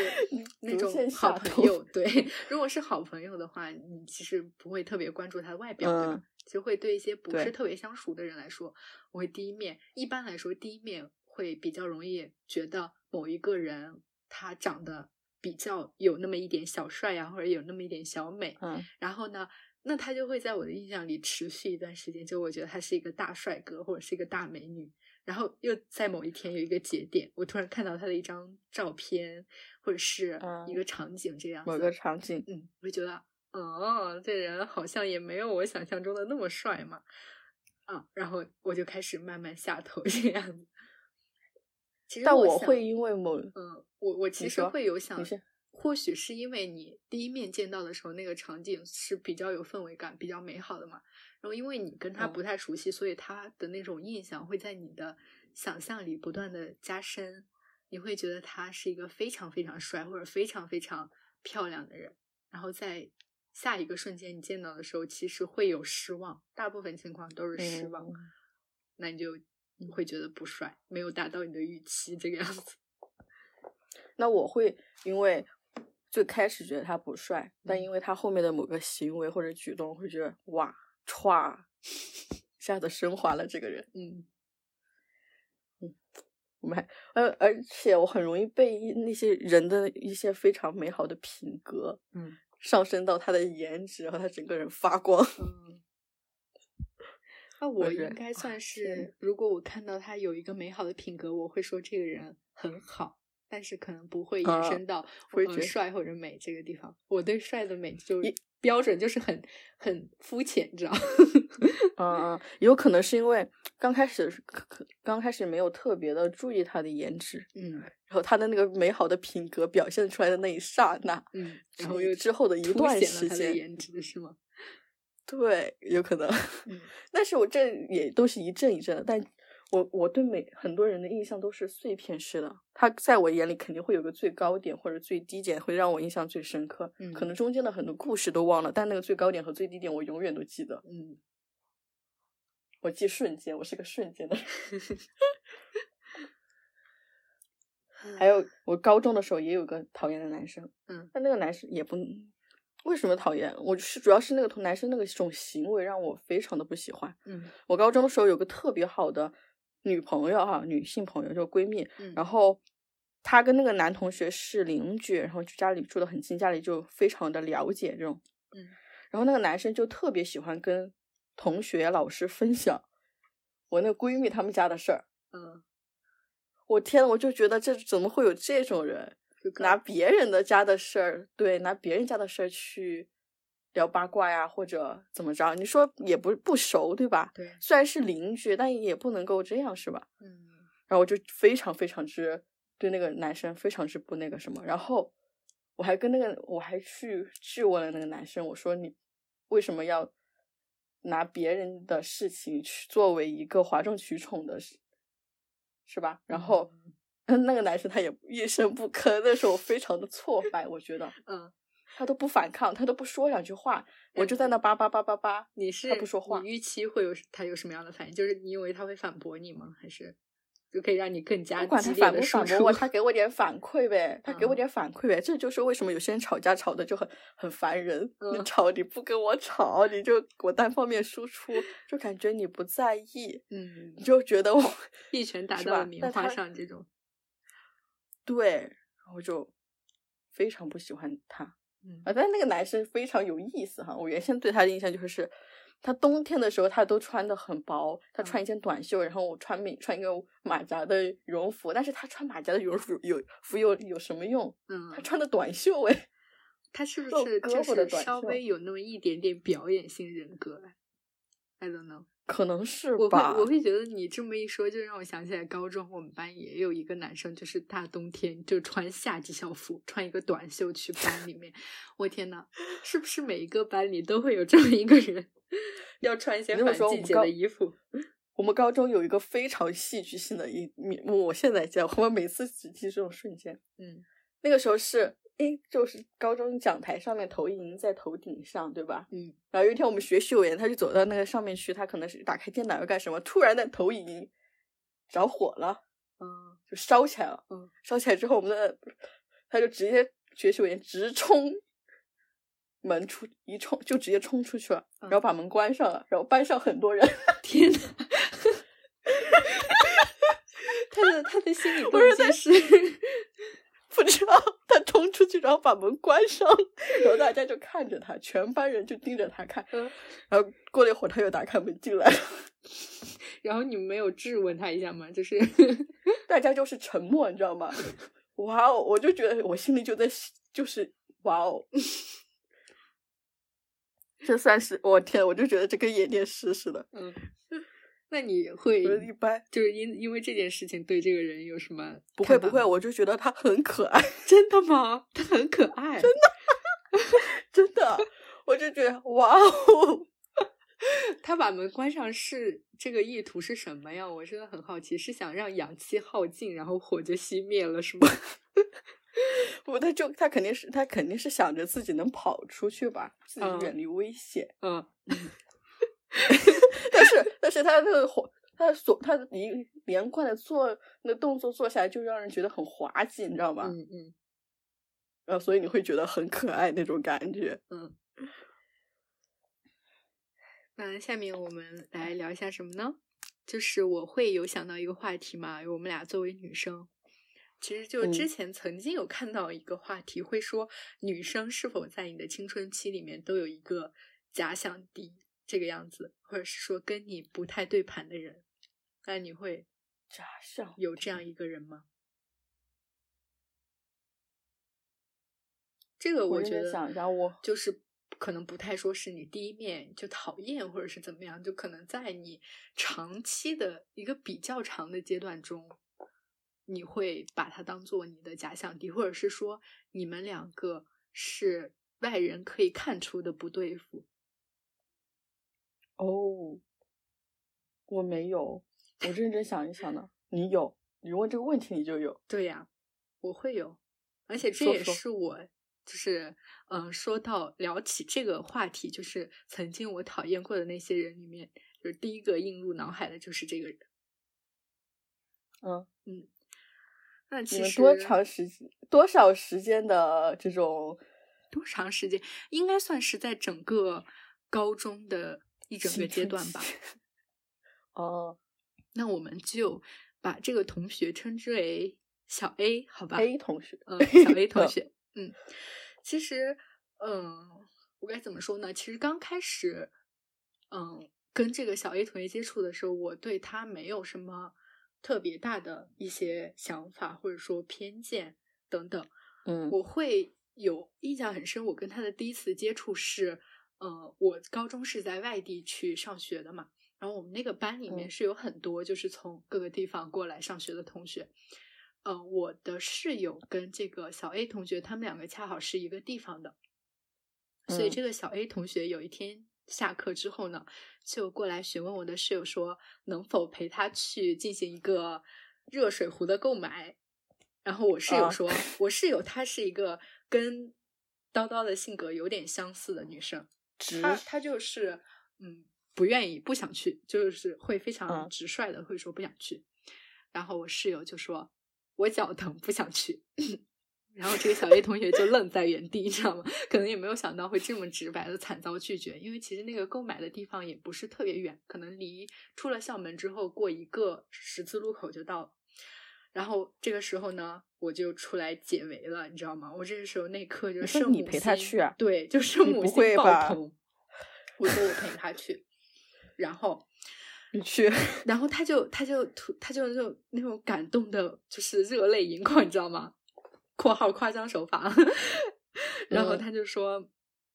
S2: 那
S1: 逐
S2: 种
S1: 渐
S2: 好
S1: 嗯下
S2: 朋
S1: 头
S2: 友，对， 如果是好朋友的话，你其实不会特别关注他的外表，对吧
S1: 嗯？
S2: 其实会对一些不
S1: 对
S2: 是特别相熟的人来说，我会第一面，一般来说第一面会比较容易觉得某一个人他长得比较有那么一点小帅啊呀、或者有那么一点小美，
S1: 嗯，
S2: 然后呢，那他就会在我的印象里持续一段时间，就我觉得他是一个大帅哥或者是一个大美女。然后又在某一天有一个节点，我突然看到他的一张照片，或者是一
S1: 嗯
S2: 个场景这样子，
S1: 某个场景，
S2: 嗯，我就觉得，哦，这人好像也没有我想象中的那么帅嘛，啊，然后我就开始慢慢下头 这样子。其实
S1: 但我
S2: 想
S1: 会因为某
S2: 嗯，我我其
S1: 你
S2: 实
S1: 说
S2: 会有想
S1: 你是，
S2: 或许是因为你第一面见到的时候，那个场景是比较有氛围感、比较美好的嘛。然后因为你跟他
S1: 嗯
S2: 不太熟悉，所以他的那种印象会在你的想象里不断的加深，你会觉得他是一个非常非常帅或者非常非常漂亮的人。然后在下一个瞬间你见到的时候，其实会有失望，大部分情况都是失望，
S1: 嗯
S2: 那你就会觉得不帅，没有达到你的预期这个样子。
S1: 那我会因为最开始觉得他不帅，但
S2: 嗯
S1: 因为他后面的某个行为或者举动，会觉得哇歘， 一下子升华了这个人。
S2: 嗯
S1: 我们还而而且我很容易被一那些人的一些非常美好的品格
S2: 嗯
S1: 上升到他的颜值和他整个人发光。
S2: 嗯，那
S1: 我
S2: 我
S1: 觉
S2: 应
S1: 得
S2: 该
S1: 哇
S2: 算
S1: 呃啊天
S2: 是，如果我看到他有一个美好的品格，我会说这个人很好，但是可能不会延
S1: 啊
S2: 伸到
S1: 不会
S2: 呃
S1: 觉得
S2: 帅或者美这个地方。我对帅的美就是
S1: 一
S2: 标准就是很很肤浅，你知 道？
S1: 嗯嗯， 有可能是因为刚开始可可刚开始没有特别的注意他的颜值，
S2: 嗯
S1: 然后他的那个美好的品格表现出来的那一刹那，
S2: 嗯，
S1: 之
S2: 然后
S1: 一
S2: 又
S1: 之后的一
S2: 凸
S1: 段
S2: 显
S1: 时
S2: 了他的
S1: 间
S2: 颜值是吗？
S1: 对，有可能。
S2: 嗯
S1: 但是我这也都是一阵一阵的，但我我对每很多人的印象都是碎片式的，他在我眼里肯定会有个最高点或者最低点，会让我印象最深刻。
S2: 嗯
S1: 可能中间的很多故事都忘了，但那个最高点和最低点我永远都记得，
S2: 嗯，
S1: 我记瞬间，我是个瞬间的人。还有我高中的时候也有个讨厌的男生，
S2: 嗯，
S1: 但那个男生也不为什么讨厌，我是主要是那个同男生那个种行为让我非常的不喜欢。
S2: 嗯
S1: 我高中的时候有个特别好的女朋友哈、女性朋友就闺蜜，
S2: 嗯，
S1: 然后她跟那个男同学是邻居，然后就家里住的很近，家里就非常的了解这种，
S2: 嗯，
S1: 然后那个男生就特别喜欢跟同学、老师分享我那闺蜜他们家的事儿。
S2: 嗯，
S1: 我天，我就觉得这怎么会有这种人？
S2: 就刚
S1: 拿别人的家的事儿，对，拿别人家的事儿去聊八卦呀，或者怎么着？你说也不不熟，对吧？
S2: 对，
S1: 虽然是邻居，但也不能够这样，是吧？
S2: 嗯
S1: 然后我就非常非常之对那个男生非常之不那个什么，然后我还跟那个我还去质问了那个男生，我说你为什么要拿别人的事情去作为一个哗众取宠的事，是吧？然后。 那个男生他也一声不吭，那时候我非常的挫败，我觉得
S2: 嗯，
S1: 他都不反抗，他都不说两句话，我就在那叭叭叭叭叭。
S2: 你是
S1: 不说话
S2: 你预期会有他有什么样的反应？就是你以为他会反驳你吗？还是就可以让你更加
S1: 不管
S2: 激
S1: 他
S2: 烈
S1: 反
S2: 的
S1: 不
S2: 输
S1: 反
S2: 出？
S1: 驳 我，他给我点反馈呗，他给我
S2: 嗯
S1: 点反馈呗。这就是为什么有些人吵架吵的就很很烦人。
S2: 嗯
S1: 你吵你不跟我吵，你就我单方面输出，就感觉你不在意，
S2: 嗯
S1: 你，就觉得我
S2: 一拳打
S1: 是
S2: 到
S1: 吧
S2: 了棉
S1: 但
S2: 花
S1: 他
S2: 上这种。
S1: 对，然后就非常不喜欢他。
S2: 嗯
S1: 啊，但那个男生非常有意思哈。我原先对他的印象就是，他冬天的时候他都穿的很薄，
S2: 嗯
S1: 他穿一件短袖，然后我穿美穿一个马甲的绒服，但是他穿马甲的绒服有服有有什么用？他
S2: 嗯，
S1: 穿的短袖哎，
S2: 他是不
S1: 露
S2: 是
S1: 胳
S2: 就
S1: 膊的
S2: 是
S1: 短
S2: 稍
S1: 袖
S2: 微有那么一点点表演性人格啊？I don't know。
S1: 可能是
S2: 我会
S1: 吧。
S2: 我会觉得你这么一说，就让我想起来高中我们班也有一个男生，就是大冬天就穿夏季校服，穿一个短袖去班里面。我天呐，是不是每一个班里都会有这么一个人，要穿一些
S1: 你这么
S2: 反
S1: 说，我
S2: 季
S1: 们
S2: 节
S1: 高
S2: 的衣服？
S1: 我我们高中有一个非常戏剧性的一面，我现在讲，我每次只记这种瞬间。
S4: 嗯，
S1: 那个时候是，诶，就是高中讲台上面投影在头顶上，对吧？
S2: 嗯。
S1: 然后有一天我们学习委员，他就走到那个上面去，他可能是打开电脑要干什么，突然的投影仪着火了，
S2: 嗯，
S1: 就烧起来了。
S2: 嗯。
S1: 烧起来之后，我们的他就直接学习委员直冲门出，一冲就直接冲出去了，然后把门关上了，然后班上很多人。
S2: 天呐，
S4: 他的他的 心理动
S2: 我说
S4: 机
S2: 他
S4: 是，
S1: 不知道他冲出去，然后把门关上，然后大家就看着他，全班人就盯着他看。
S2: 嗯
S1: 然后过了一会儿，他又打开门进来了，
S2: 然后你们没有质问他一下吗？就是
S1: 大家就是沉默，你知道吗？ 哇哦！我就觉得我心里就在就是哇哦，这算是我天，我就觉得这跟演电视似的，
S2: 嗯，那你会
S1: 我觉得一般。
S2: 就是因因为这件事情对这个人有什么
S1: 不会
S2: 看
S1: 不
S2: 法
S1: 会，
S2: 吗，
S1: 我就觉得他很可爱，
S2: 真的吗？他很可爱，真的，
S1: 真的，我就觉得哇哦，
S2: 他把门关上是这个意图是什么呀？我真的很好奇，是想让氧气耗尽，然后火就熄灭了是吗？
S1: 不，他就他肯定是他肯定是想着自己能跑出去吧，自己
S2: 嗯
S1: 远离危险。
S2: 嗯，
S1: 但是但是他那个滑，他所他一连贯的做那动作做下来，就让人觉得很滑稽，你知道吗？
S2: 嗯嗯，
S1: 呃，所以你会觉得很可爱那种感觉。
S2: 那下面我们来聊一下什么呢？就是我会有想到一个话题嘛，我们俩作为女生，其实就之
S1: 嗯
S2: 前曾经有看到一个话题，会说女生是否在你的青春期里面都有一个假想敌这个样子，或者是说跟你不太对盘的人，那你会
S1: 假象
S2: 有这样一个人吗？这个
S1: 我
S2: 我
S1: 认
S2: 觉
S1: 真
S2: 得
S1: 想一下我
S2: 就是可能不太说是你第一面就讨厌或者是怎么样，就可能在你长期的一个比较长的阶段中，你会把它当做你的假想敌，或者是说你们两个是外人可以看出的不对付。
S1: 哦，我没有，我认真想一想呢。你有，你问这个问题你就有。
S2: 对呀、我会有，而且这
S1: 说
S2: 也
S1: 说
S2: 是我就是嗯、呃说到聊起这个话题，就是曾经我讨厌过的那些人里面，就是第一个映入脑海的就是这个人。
S1: 嗯
S2: 嗯，那
S1: 你
S2: 其
S1: 们
S2: 实
S1: 多长时多少时间的这种
S2: 多长时间，应该算是在整个高中的一整个
S1: 青
S2: 阶
S1: 春
S2: 段
S1: 期
S2: 吧。
S1: 哦
S2: 那我们就把这个同学称之为小 A，好吧
S1: A 同学？
S2: 嗯，小 A 同
S1: 嗯
S2: 学，嗯，其实，嗯，我该怎么说呢？其实刚开始，嗯，跟这个小 A 同学接触的时候，我对他没有什么特别大的一些想法，或者说偏见等等。
S1: 嗯
S2: 我会有印象很深，我跟他的第一次接触是，呃，我高中是在外地去上学的嘛，然后我们那个班里面
S1: 嗯
S2: 是有很多就是从各个地方过来上学的同学，呃，我的室友跟这个小 A 同学，他们两个恰好是一个地方的，所以
S1: 嗯
S2: 这个小 A 同学有一天下课之后呢，就过来询问我的室友说，能否陪他去进行一个热水壶的购买。然后我室友
S1: 啊
S2: 说，我室友她是一个跟叨叨的性格有点相似的女生，
S1: 直
S2: 她她就是嗯不愿意不想去，就是会非常
S1: 嗯
S2: 直率的会说不想去。然后我室友就说，我脚疼不想去。 然后这个小 A 同学就愣在原地，你知道吗？可能也没有想到会这么直白的惨遭拒绝，因为其实那个购买的地方也不是特别远，可能离出了校门之后过一个十字路口就到了。然后这个时候呢，我就出来解围了，你知道吗？我这个时候那一刻就
S1: 你
S2: 是
S1: 说
S2: 圣母
S1: 你陪他
S2: 心
S1: 去啊
S2: 对，就圣
S1: 你
S2: 母
S1: 不
S2: 心
S1: 会
S2: 爆
S1: 吧
S2: 棚。我说我陪他去，然后
S1: 你去，
S2: 然后他就他就突他就就那种感动的，就是热泪盈眶，你知道吗？（括号夸张手法） 然后
S1: 嗯
S2: 他就说：“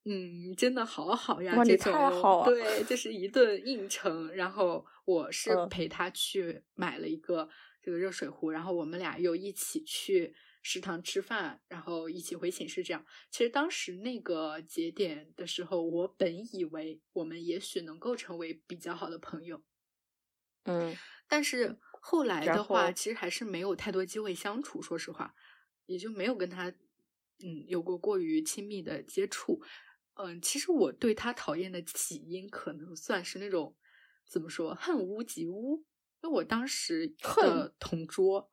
S2: 嗯，真的好好呀，
S1: 哇
S2: 这
S1: 你
S2: 种
S1: 太好啊
S2: 对，就是一顿应承。”然后我是
S1: 嗯
S2: 陪他去买了一个这个热水壶，然后我们俩又一起去食堂吃饭，然后一起回寝室这样。其实当时那个节点的时候，我本以为我们也许能够成为比较好的朋友。
S1: 嗯，
S2: 但是后来
S1: 然
S2: 的话，
S1: 后
S2: 其实还是没有太多机会相处，说实话，也就没有跟他嗯有过过于亲密的接触。嗯，其实我对他讨厌的起因，可能算是那种怎么说，恨屋及乌。因为我当时的
S1: 恨
S2: 同桌，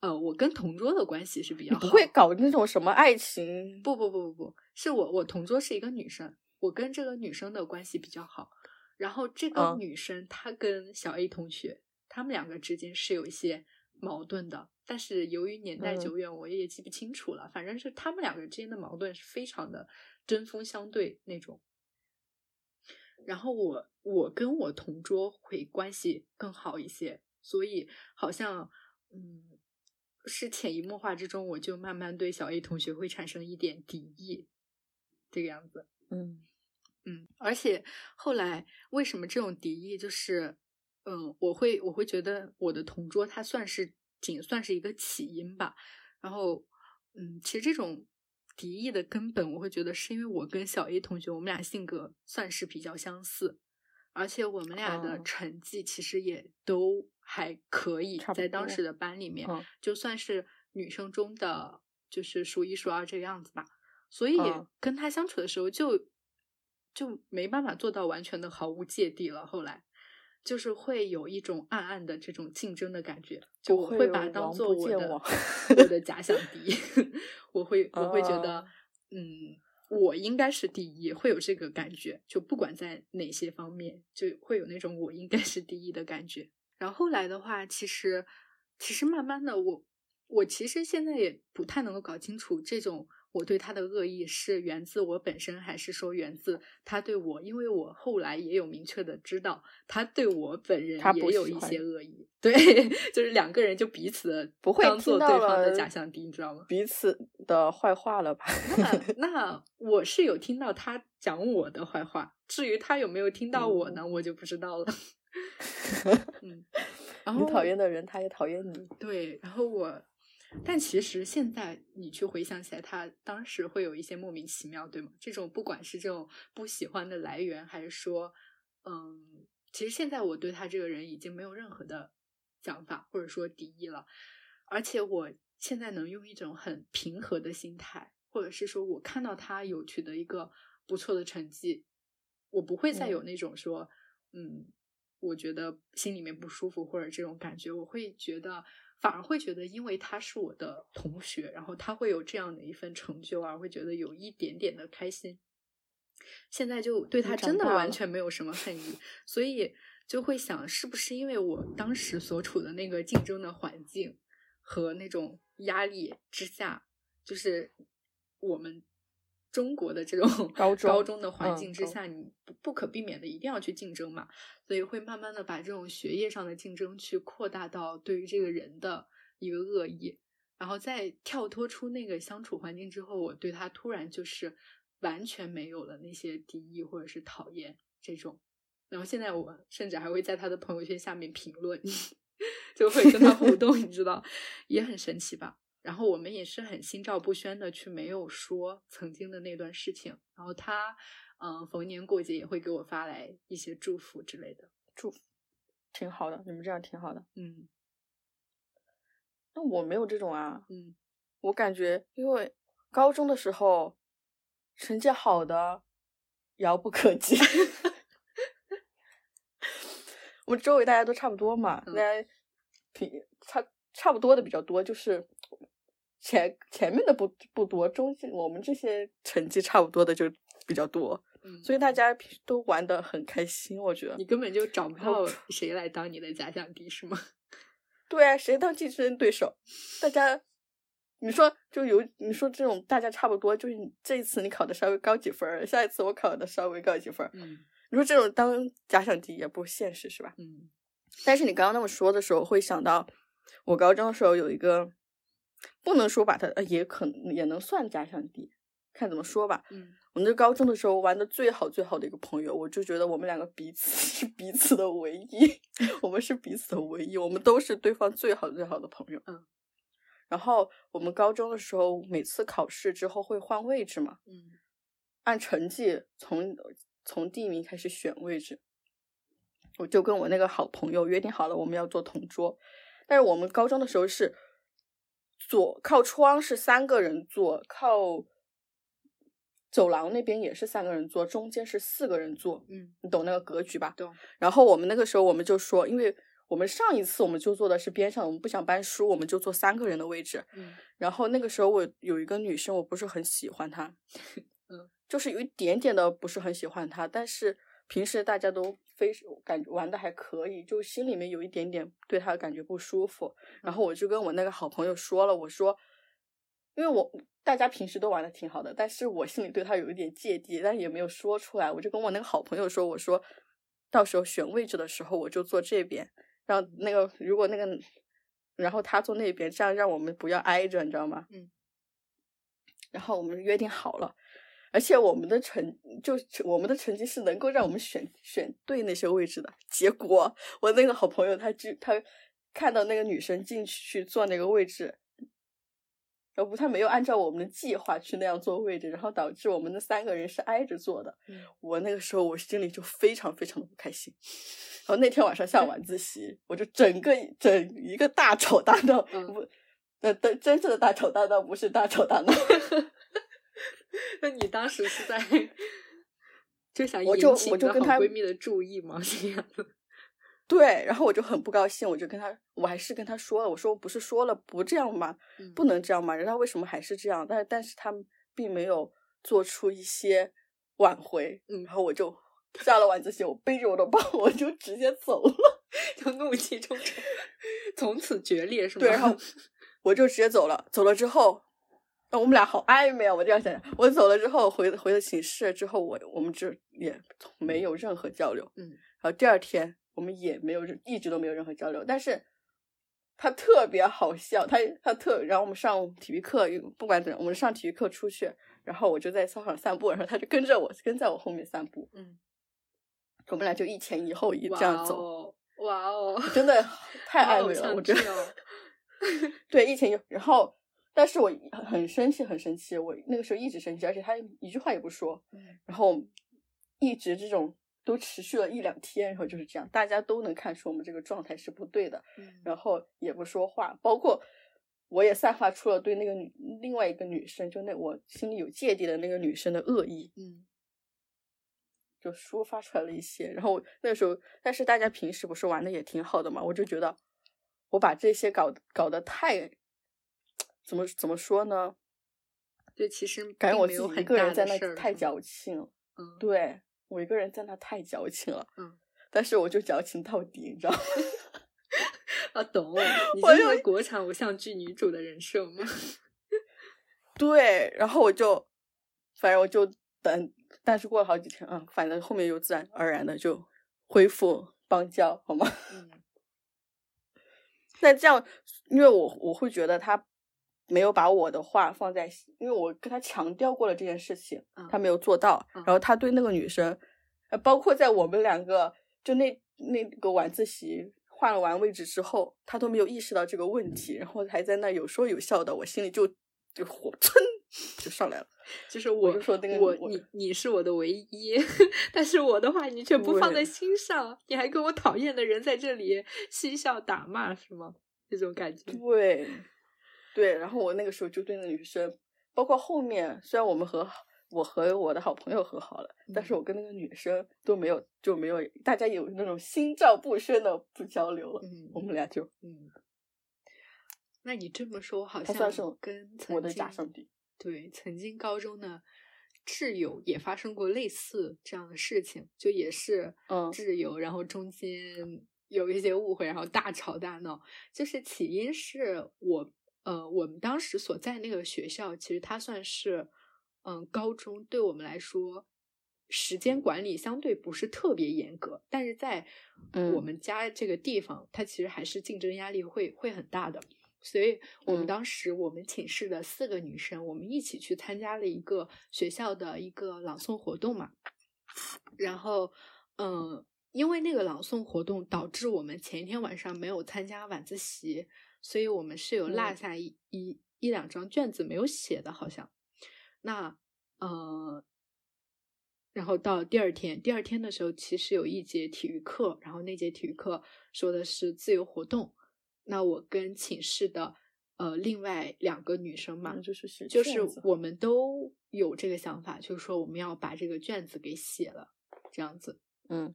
S2: 呃，我跟同桌的关系是比
S1: 你
S2: 较好
S1: 不
S2: 的。
S1: 会搞那种什么爱情？
S2: 不不不不不，是我我同桌是一个女生，我跟这个女生的关系比较好。然后这个
S1: 嗯
S2: 女生她跟小 A 同学，他们两个之间是有一些矛盾的，但是由于年代
S1: 嗯
S2: 久远，我也记不清楚了。反正是他们两个之间的矛盾是非常的针锋相对那种。然后我我跟我同桌会关系更好一些，所以好像嗯，是潜移默化之中，我就慢慢对小 A 同学会产生一点敌意，这个样子。
S1: 嗯，
S2: 嗯，而且后来为什么这种敌意就是，嗯，我会我会觉得我的同桌他算是仅算是一个起因吧，然后嗯，其实这种敌意的根本，我会觉得是因为我跟小 A 同学我们俩性格算是比较相似，而且我们俩的
S1: 哦
S2: 成绩其实也都还可以，
S1: 差不
S2: 在当
S1: 多
S2: 时的班里面，
S1: 嗯
S2: 就算是女生中的就是数一数二这个样子吧。所以
S1: 嗯
S2: 跟他相处的时候就就没办法做到完全的毫无芥蒂了。后来就是会有一种暗暗的这种竞争的感觉，就
S1: 不
S2: 我
S1: 会
S2: 会把它
S1: 有
S2: 当
S1: 王
S2: 做
S1: 不
S2: 我
S1: 见
S2: 的
S1: 王
S2: 我的假想敌， 我会我会觉得、
S1: 啊
S2: 嗯。我应该是第一，会有这个感觉，就不管在哪些方面，就会有那种我应该是第一的感觉。然后后来的话，其实其实慢慢的我。我其实现在也不太能够搞清楚，这种我对他的恶意是源自我本身，还是说源自他对我？因为我后来也有明确的知道，他对我本人
S1: 他
S2: 也
S1: 不
S2: 有
S1: 喜
S2: 一
S1: 欢
S2: 些恶意。对， 就是两个人就彼此地
S1: 不会
S2: 当做
S1: 听
S2: 对
S1: 到
S2: 方的
S1: 了
S2: 假想敌，你知 道吗？
S1: 彼此的坏话了吧？
S2: 那那我是有听到他讲我的坏话，至于他有没有听
S1: 哦
S2: 到我呢，我就不知道了。 嗯，然后
S1: 你讨厌的人，他也讨厌你。
S2: 对，然后我，但其实现在你去回想起来，他当时会有一些莫名其妙，对吗？这种不管是这种不喜欢的来源，还是说，嗯，其实现在我对他这个人已经没有任何的想法或者说敌意了，而且我现在能用一种很平和的心态，或者是说我看到他有取得一个不错的成绩，我不会再有那种说，嗯，我觉得心里面不舒服或者这种感觉，我会觉得反而会觉得，因为他是我的同学，然后他会有这样的一份成就啊，会觉得有一点点的开心。现在就对
S1: 你
S2: 他
S1: 长
S2: 真的
S1: 大
S2: 完
S1: 了
S2: 全没有什么恨意，所以就会想，是不是因为我当时所处的那个竞争的环境和那种压力之下，就是我们中国的这种
S1: 高中
S2: 高中的环
S1: 嗯
S2: 境之
S1: 高
S2: 下，你不不可避免的一定要去竞争嘛，所以会慢慢的把这种学业上的竞争去扩大到对于这个人的一个恶意，然后在跳脱出那个相处环境之后，我对他突然就是完全没有了那些敌意或者是讨厌这种。然后现在我甚至还会在他的朋友圈下面评论， 就会跟他互动，你知道，也很神奇吧。然后我们也是很心照不宣的去没有说曾经的那段事情。然后他，嗯、逢年过节也会给我发来一些祝福之类的。
S1: 挺好的，你们这样挺好的。
S2: 嗯
S1: 那我没有这种啊，
S2: 嗯
S1: 我感觉，因为高中的时候成绩好的遥不可 及，我们周围大家都差不多嘛，大
S2: 嗯
S1: 家平差差不多的比较多，就是前前面的不不多，中间我们这些成绩差不多的就比较多，
S2: 嗯，
S1: 所以大家平时都玩的很开心，我觉得
S2: 你。根本就找不到
S1: 后
S2: 谁来当你的假想敌，是吗？
S1: 对啊，谁当竞争对手？大家，你说就有你说这种大家差不多，就是你这一次你考的稍微高几分儿，下一次我考的稍微高几分儿。
S2: 嗯
S1: 你说这种当假想敌也不现实，是吧？
S2: 嗯
S1: 但是你刚刚那么说的时候，会想到我高中的时候有一个，不能说把他，呃也可能也能算假想敌，看怎么说吧。
S2: 嗯，
S1: 我们在高中的时候玩的最好最好的一个朋友，我就觉得我们两个彼此 是彼此的唯一， 我们是彼此的唯一，我们都是对方最好最好的朋友。
S2: 嗯。
S1: 然后我们高中的时候，每次考试之后会换位置嘛，
S2: 嗯
S1: 按成绩从从第一名开始选位置。我就跟我那个好朋友约定好了，我们要做同桌。但是我们高中的时候是左靠窗是三个人坐，靠走廊那边也是三个人坐，中间是四个人坐。
S2: 嗯，
S1: 你懂那个格局吧？
S2: 懂。
S1: 然后我们那个时候我们就说，因为我们上一次我们就坐的是边上，我们不想搬书，我们就坐三个人的位置。
S2: 嗯
S1: 然后那个时候我有一个女生，我不是很喜欢她，
S2: 嗯，
S1: 就是有一点点的不是很喜欢她，但是平时大家都非感觉玩的还可以，就心里面有一点点对她感觉不舒服。然后我就跟我那个好朋友说了，我说，因为我大家平时都玩的挺好的，但是我心里对她有一点芥蒂，但也没有说出来。我就跟我那个好朋友说，我说到时候选位置的时候我就坐这边，让那个如果那个，然后他坐那边，这样让我们不要挨着，你知道吗？
S2: 嗯。
S1: 然后我们约定好了，而且我们的成就是我们的成绩是能够让我们选选对那些位置的。结果我那个好朋友他就他看到那个女生进去坐那个位置。要不，他没有按照我们的计划去那样坐位置，然后导致我们那三个人是挨着坐的。
S2: 嗯
S1: 我那个时候我心里就非常非常的不开心。然后那天晚上下晚自习，我就整个整一个大吵大闹，
S2: 嗯
S1: 不，呃，真真正的大吵大闹不是大吵大闹，
S2: 那你当时是在 就想
S1: 我
S2: 引
S1: 就
S2: 起
S1: 我
S2: 你
S1: 就
S2: 的
S1: 跟
S2: 好
S1: 他
S2: 闺蜜的注意吗？ 这样的，
S1: 对，然后我就很不高兴，我就跟他，我还是跟他说了，我说不是说了不这样吗？
S2: 嗯
S1: 不能这样吗？人家为什么还是这样？但是但是他们并没有做出一些挽回，
S2: 嗯
S1: 然后我就下了晚自习，我背着我的包，我就直接走了。
S2: 就怒气冲冲， 从此决裂是吗？
S1: 对，然 后我就直接走了。走了之后，呃我们俩好暧昧啊！我这样想，我走了之后回回了寝室之后，我我们就也没有任何交流。
S2: 嗯，
S1: 然后第二天我们也没有任一直都没有任何交流，但是。他特别好笑，他他特，然后我们上体育课，不管怎样，我们上体育课出去，然后我就在操场散步，然后他就跟着我，跟在我后面散步，
S2: 嗯，
S1: 我们俩就一前一后一
S2: 哇
S1: 这样走，
S2: 哦，哇 哦，
S1: 真的太
S2: 好
S1: 暧
S2: 偶
S1: 昧了，
S2: 像
S1: 我觉
S2: 剧
S1: 得。
S2: 哦
S1: 对，疫情有，然后，但是我很很生气，很生气，我那个时候一直生气，而且他一句话也不说，
S2: 嗯
S1: 然后一直这种都持续了一两天，然后就是这样，大家都能看出我们这个状态是不对的，
S2: 嗯
S1: 然后也不说话，包括我也散发出了对那个女另外一个女生，就那我心里有芥蒂的那个女生的恶意，
S2: 嗯
S1: 就抒发出来了一些。然后那时候，但是大家平时不是玩的也挺好的嘛，我就觉得我把这些搞搞得太怎么怎么说呢？
S2: 就其实
S1: 感觉
S2: 并
S1: 我
S2: 没
S1: 自
S2: 有
S1: 己一
S2: 很
S1: 个
S2: 大
S1: 人
S2: 的
S1: 在
S2: 事儿
S1: 那太
S2: 是吗
S1: 矫情了，
S2: 嗯
S1: 对我一个人在那太矫情了。
S2: 嗯，
S1: 但是我就矫情到底，你知道吗？
S2: 啊，懂，你
S1: 我
S2: 就是
S1: 又
S2: 个国产偶像剧女主的人设吗？
S1: 对，然后我就，反正我就等，但是过了好几天，嗯，反正后面又自然而然的就恢复邦交，好吗？
S2: 嗯
S1: 那这样，因为我我会觉得他没有把我的话放在心，因为我跟他强调过了这件事情，
S2: 嗯
S1: 他没有做到。
S2: 嗯
S1: 然后他对那个女生，呃，包括在我们两个就那那个晚自习换了完位置之后，他都没有意识到这个问题，然后还在那有说有笑的，我心里就就火 蹭就上来了。
S2: 就是
S1: 我
S2: 我
S1: 就说那个
S2: 我
S1: 我
S2: 你你是我的唯一， 但是我的话你却不放在
S1: 对
S2: 心上，你还跟我讨厌的人在这里嬉笑打骂是吗？这种感觉，
S1: 对，对，然后我那个时候就对那女生，包括后面，虽然我们和好我和我的好朋友和好了，但是
S2: 嗯
S1: 我跟那个女生都没有就没有，大家有那种心照不宣的不交流了。
S2: 嗯
S1: 我们俩就
S2: 嗯。那你这么说，我好
S1: 他
S2: 像
S1: 算是
S2: 跟
S1: 我
S2: 曾
S1: 的假
S2: 经
S1: 上帝。
S2: 对，曾经高中的挚友也发生过类似这样的事情，就也是
S1: 嗯
S2: 挚友，然后中间有一些误会，然后大吵大闹。就是起因是我呃，我们当时所在那个学校，其实它算是嗯、高中对我们来说。时间管理相对不是特别严格，但是在我
S1: 嗯
S2: 们家这个地方，它其实还是竞争压力会会很大的。所以我们
S1: 嗯
S2: 当时我们寝室的四个女生，我们一起去参加了一个学校的一个朗诵活动嘛。然后，嗯，因为那个朗诵活动导致我们前一天晚上没有参加晚自习，所以我们是有落
S1: 嗯
S2: 下一、一一两张卷子没有写的，好像。那呃，然后到第二天，第二天的时候其实有一节体育课，然后那节体育课说的是自由活动。那我跟寝室的呃另外两个女生嘛，
S1: 嗯就是是
S2: 就
S1: 这
S2: 是
S1: 样子
S2: 我们都有这个想法，就是说我们要把这个卷子给写了，这样子。
S1: 嗯，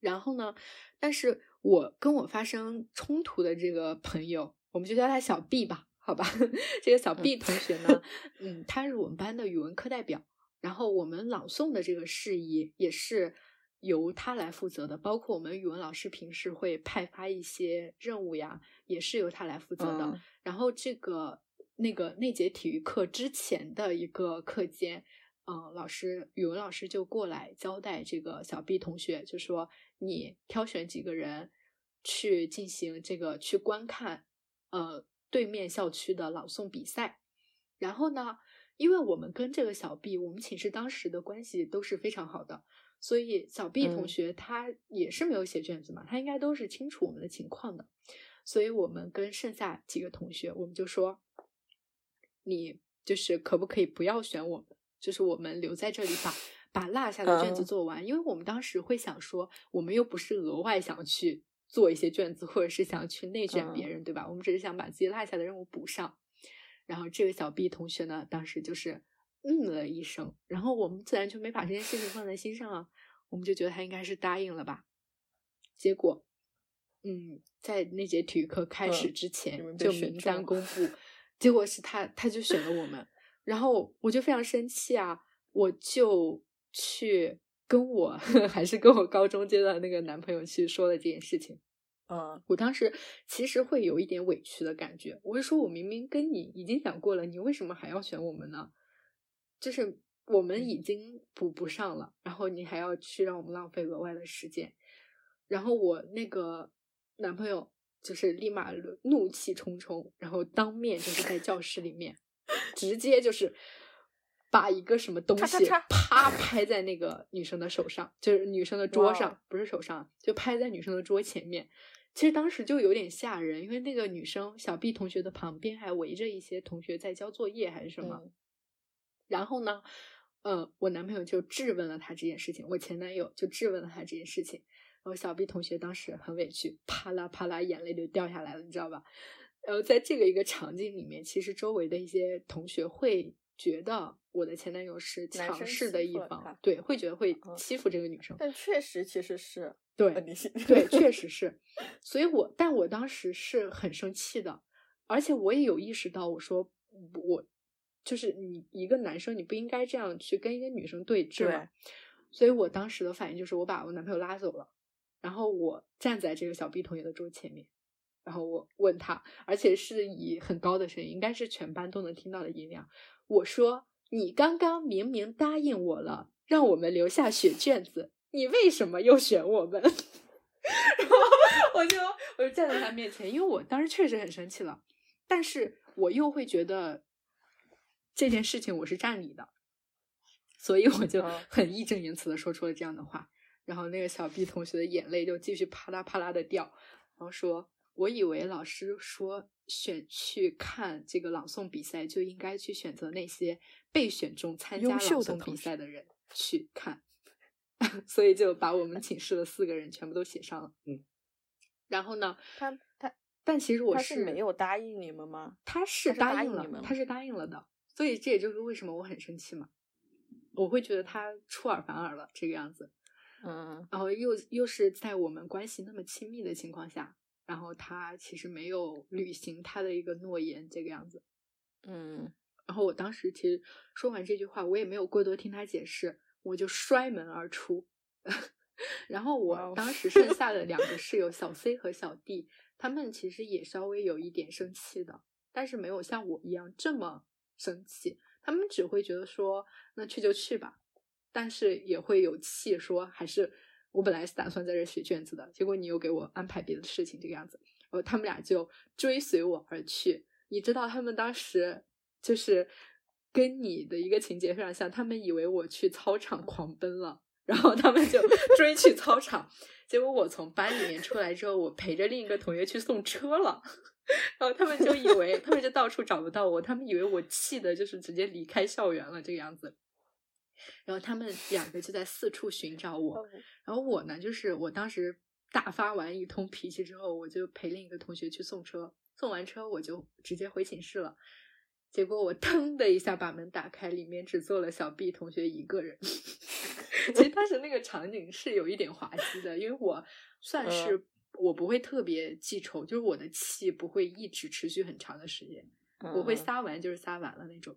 S2: 然后呢，但是我跟我发生冲突的这个朋友，我们就叫他小 B 吧，好吧？ 这个小 B 同学呢，嗯，他是我们班的语文课代表，然后我们朗诵的这个事宜也是由他来负责的，包括我们语文老师平时会派发一些任务呀，也是由他来负责的。
S1: 嗯
S2: 然后这个那个那节体育课之前的一个课间，嗯、老师语文老师就过来交代这个小 B 同学，就说你挑选几个人去进行这个去观看，呃，对面校区的朗诵比赛。然后呢，因为我们跟这个小 B，我们寝室当时的关系都是非常好的，所以小 B 同
S1: 嗯
S2: 学他也是没有写卷子嘛，他应该都是清楚我们的情况的。所以我们跟剩下几个同学，我们就说，你就是可不可以不要选我们，就是我们留在这里把把落下的卷子
S1: 嗯
S2: 做完，因为我们当时会想说，我们又不是额外想去做一些卷子，或者是想去内卷
S1: 嗯
S2: 别人，对吧？我们只是想把自己落下的任务补上。然后这个小 B 同学呢，当时就是嗯了一声，然后我们自然就没把这件事情放在心上啊，我们就觉得他应该是答应了吧。结果，嗯，在那节体育课开始
S1: 嗯
S2: 之前
S1: 你们被
S2: 就
S1: 选
S2: 名
S1: 中
S2: 单
S1: 了
S2: 公 布，结果是他他就选了我们，然后我就非常生气啊，我就去跟我 还是跟我高中阶段的那个男朋友去说了这件事情。
S1: 嗯，
S2: 我当时其实会有一点委屈的感觉，我就说我明明跟你已经讲过了，你为什么还要选我们呢？就是我们已经补不上了，然后你还要去让我们浪费额外的时间。然后我那个男朋友就是立马怒气冲冲，然后当面就是在教室里面直接就是把一个什么东
S1: 嚓嚓
S2: 西
S1: 嚓
S2: 啪拍在那个女生的手上，就是女生的桌
S1: 哇
S2: 上，不是手上，啊就拍在女生的桌前面。其实当时就有点吓人，因为那个女生小 B 同学的旁边还围着一些同学在交作业还是什么。
S1: 嗯
S2: 然后呢，呃，我男朋友就质问了他这件事情，我前男友就质问了他这件事情。然后小 B 同学当时很委屈，啪啦啪啦，眼泪就掉下来了，你知道吧？然后在这个一个场景里面，其实周围的一些同学会觉得我的前男友是
S1: 男
S2: 强
S1: 生
S2: 势
S1: 欺
S2: 的
S1: 负
S2: 一
S1: 了
S2: 方
S1: 他，
S2: 对，会觉得会
S1: 嗯
S2: 欺负这个女生，
S1: 但确实其实是
S2: 对
S1: 呃，你是
S2: 对，确实是。所以我，但我当时是很生气的，而且我也有意识到，我说不我就是你一个男生，你不应该这样去跟一个女生对峙嘛
S1: 对。
S2: 所以我当时的反应就是，我把我男朋友拉走了，然后我站在这个小 B 同学的桌前面，然后我问他，而且是以很高的声音，应该是全班都能听到的音量，我说：“你刚刚明明答应我了，让我们留下写卷子，你为什么又选我们？”然后我就我就站在他面前，因为我当时确实很生气了，但是我又会觉得这件事情我是占理的，所以我就
S1: 嗯
S2: 很义正言辞的说出了这样的话。然后那个小 B 同学的眼泪就继续啪啦啪啦的掉，然后说：“我以为老师说选去看这个朗诵比赛就应该去选择那些被选中参加
S1: 优
S2: 朗
S1: 秀的
S2: 诵
S1: 同
S2: 比
S1: 学
S2: 赛的人去看， 所以就把我们寝室的四个人全部都写上了。
S5: 嗯，
S2: 然后呢，
S1: 他他
S2: 但其实我
S1: 他是没有答应你们吗？
S2: 他是
S1: 他是
S2: 答
S1: 答
S2: 应
S1: 应
S2: 了，
S1: 你们
S2: 他
S1: 了
S2: 是答应了的，所以这也就是为什么我很生气嘛，我会觉得他出尔反尔了这个样子，
S1: 嗯，
S2: 然后又又是在我们关系那么亲密的情况下，然后他其实没有履行他的一个诺言这个样子，
S1: 嗯，
S2: 然后我当时其实说完这句话，我也没有过多听他解释，我就摔门而出。 然后
S1: 哇
S2: 我
S1: 哦
S2: 当 时剩下的两个室友小 C 和小 D，他们其实也稍微有一点生气的，但是没有像我一样这么生气。他们只会觉得说，那去就去吧，但是也会有气说，还是我本来是打算在这写卷子的，结果你又给我安排别的事情这个样子。然后他们俩就追随我而去。你知道他们当时就是跟你的一个情节非常像，他们以为我去操场狂奔了，然后他们就追去操场，结果我从班里面出来之后，我陪着另一个同学去送车了。 然后他们就以为，他们就到处找不到我，他们以为我气的就是直接离开校园了这个样子。然后他们两个就在四处寻找
S1: 呃
S2: 我，然后我呢，就是我当时大发完一通脾气之后，我就陪另一个同学去送车，送完车我就直接回寝室了。结果我腾的一下把门打开，里面只坐了小 B 同学一个人。 其实当时那个场景是有一点滑稽的，因为我算是我不会特别记仇，就是我的气不会一直持续很长的时间，
S1: 嗯
S2: 我会撒完就是撒完了那种。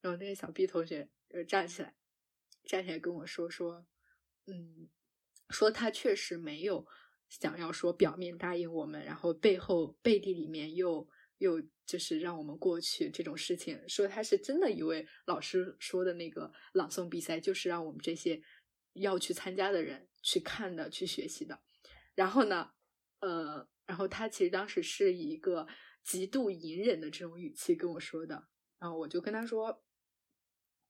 S2: 然后那个小 B 同学呃站起来，站起来跟我说说，嗯，说他确实没有想要说表面答应我们，然后背后背地里面又又就是让我们过去这种事情。说他是真的一位老师说的那个朗诵比赛，就是让我们这些要去参加的人去看的、去学习的。然后呢，呃，然后他其实当时是以一个极度隐忍的这种语气跟我说的。然后我就跟他说，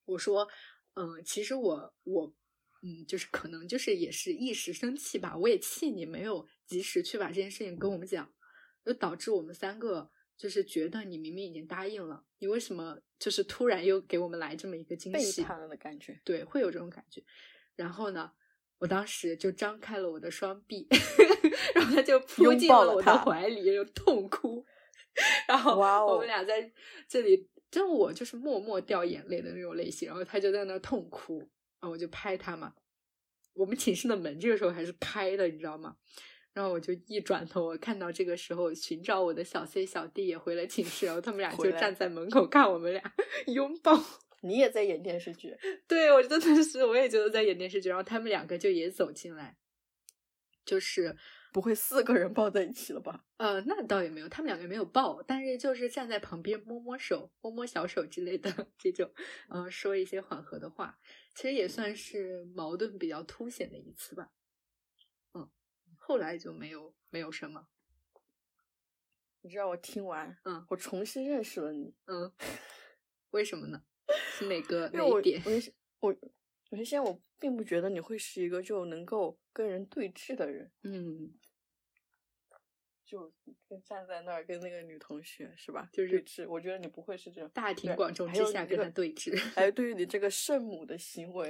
S2: 我说，嗯，其实我我，嗯，就是可能就是也是一时生气吧，我也气你没有及时去把这件事情跟我们讲，就导致我们三个就是觉得你明明已经答应了，你为什么就是突然又给我们来这么一个惊
S1: 背
S2: 喜？
S1: 叛了的感觉。
S2: 对，会有这种感觉。然后呢，我当时就张开了我的双臂， 然后他就扑
S1: 拥
S2: 进
S1: 抱
S2: 了
S1: 了
S2: 我
S1: 他
S2: 的怀里，就痛哭。然后
S1: 哇
S2: 我
S1: 哦
S2: 们俩在这里，真我就是默默掉眼泪的那种类型。然后他就在那儿痛哭，然后我就拍他嘛。我们寝室的门这个时候还是开的，你知道吗？然后我就一转头，我看到这个时候寻找我的小 C 小弟也回了寝室，然后他们俩
S1: 回
S2: 就
S1: 来
S2: 站在门口看我们俩 拥抱。
S1: 你也在演电视剧，
S2: 对，我真的是，我也觉得在演电视剧，然后他们两个就也走进来，就是
S1: 不会四个人抱在一起了吧？
S2: 呃，那倒也没有，他们两个没有抱，但是就是站在旁边摸摸手、摸摸小手之类的这种，嗯、说一些缓和的话，其实也算是矛盾比较凸显的一次吧。嗯，后来就没有没有什么，
S1: 你知道我听完，
S2: 嗯，
S1: 我重新认识了你，
S2: 嗯，为什么呢？是哪个
S1: 因
S2: 哪
S1: 为我
S2: 一 点？
S1: 我是我原先我并不觉得你会是一个就能够跟人对峙的人，
S2: 嗯，
S1: 就跟站在那儿跟那个女同学是吧？
S2: 就是
S1: 对峙，我觉得你不会是这样。
S2: 大庭
S1: 对
S2: 广众
S1: 还
S2: 之
S1: 有
S2: 下
S1: 你
S2: 跟
S1: 这
S2: 他
S1: 个
S2: 对峙
S1: 还有对于你这个圣母的行 为，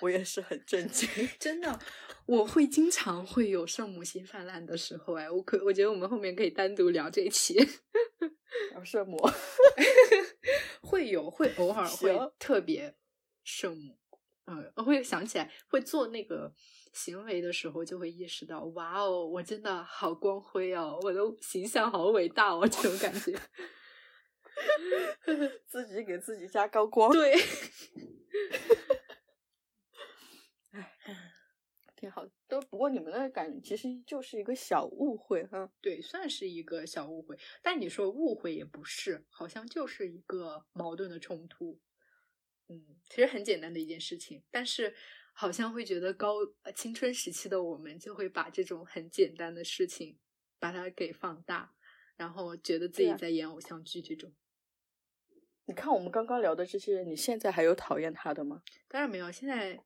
S1: 我也是很震惊。
S2: 真的，我会经常会有圣母心泛滥的时候哎，我可我觉得我们后面可以单独聊这一期，
S1: 然后啊圣母，
S2: 会有会偶尔会
S1: 行
S2: 特别圣母，嗯，我会想起来会做那个行为的时候，就会意识到哇哦，我真的好光辉哦，我的形象好伟大哦，这种感觉。
S1: 自己给自己加高光，
S2: 对，
S1: 挺好的。都不过你们的感觉其实就是一个小误会嗯哈。
S2: 对，算是一个小误会，但你说误会也不是，好像就是一个矛盾的冲突。嗯，其实很简单的一件事情，但是好像会觉得高呃青春时期的我们就会把这种很简单的事情把它给放大，然后觉得自
S1: 对
S2: 己
S1: 啊
S2: 在演偶像剧这种。
S1: 你看我们刚刚聊的这些人，你现在还有讨厌他的吗？
S2: 当然没有，现在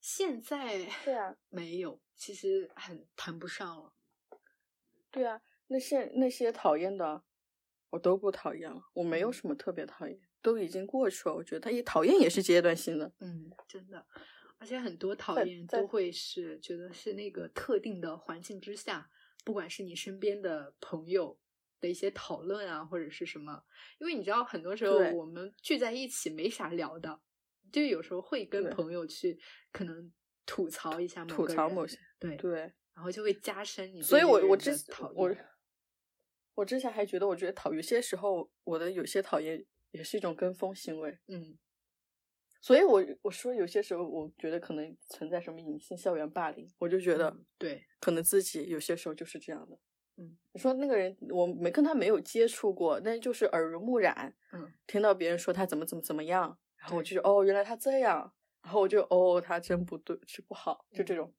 S2: 现在
S1: 对啊，
S2: 没有，其实很谈不上了。
S1: 对啊，那些那些讨厌的，我都不讨厌了，我没
S2: 嗯
S1: 有什么特别讨厌，都已经过去了。我觉得也讨厌也是阶段性的，
S2: 嗯，真的，而且很多讨
S1: 在
S2: 厌
S1: 在
S2: 都会是觉得是那个特定的环境之下，不管是你身边的朋友的一些讨论啊，或者是什么，因为你知道，很多时候
S1: 对
S2: 我们聚在一起没啥聊的，就有时候会跟
S1: 对
S2: 朋友去可能吐槽一下某
S1: 吐
S2: 个
S1: 槽
S2: 人
S1: 某些，
S2: 对，
S1: 对。
S2: 然后就会加深你
S1: 所
S2: 对
S1: 以
S2: 这
S1: 我
S2: 个
S1: 我
S2: 人
S1: 之
S2: 的
S1: 前
S2: 讨
S1: 我
S2: 厌。
S1: 我之前还觉得，我觉得讨有些时候我的有些讨厌也是一种跟风行为，
S2: 嗯，
S1: 所以我我说有些时候我觉得可能存在什么隐性校园霸凌，我就觉得
S2: 嗯对，
S1: 可能自己有些时候就是这样的。
S2: 嗯，
S1: 你说那个人我没跟他没有接触过，但就是耳濡目染，
S2: 嗯，
S1: 听到别人说他怎么怎么怎么样，然后我就哦原来他这样，然后我就哦他真不对，是不好，就这种。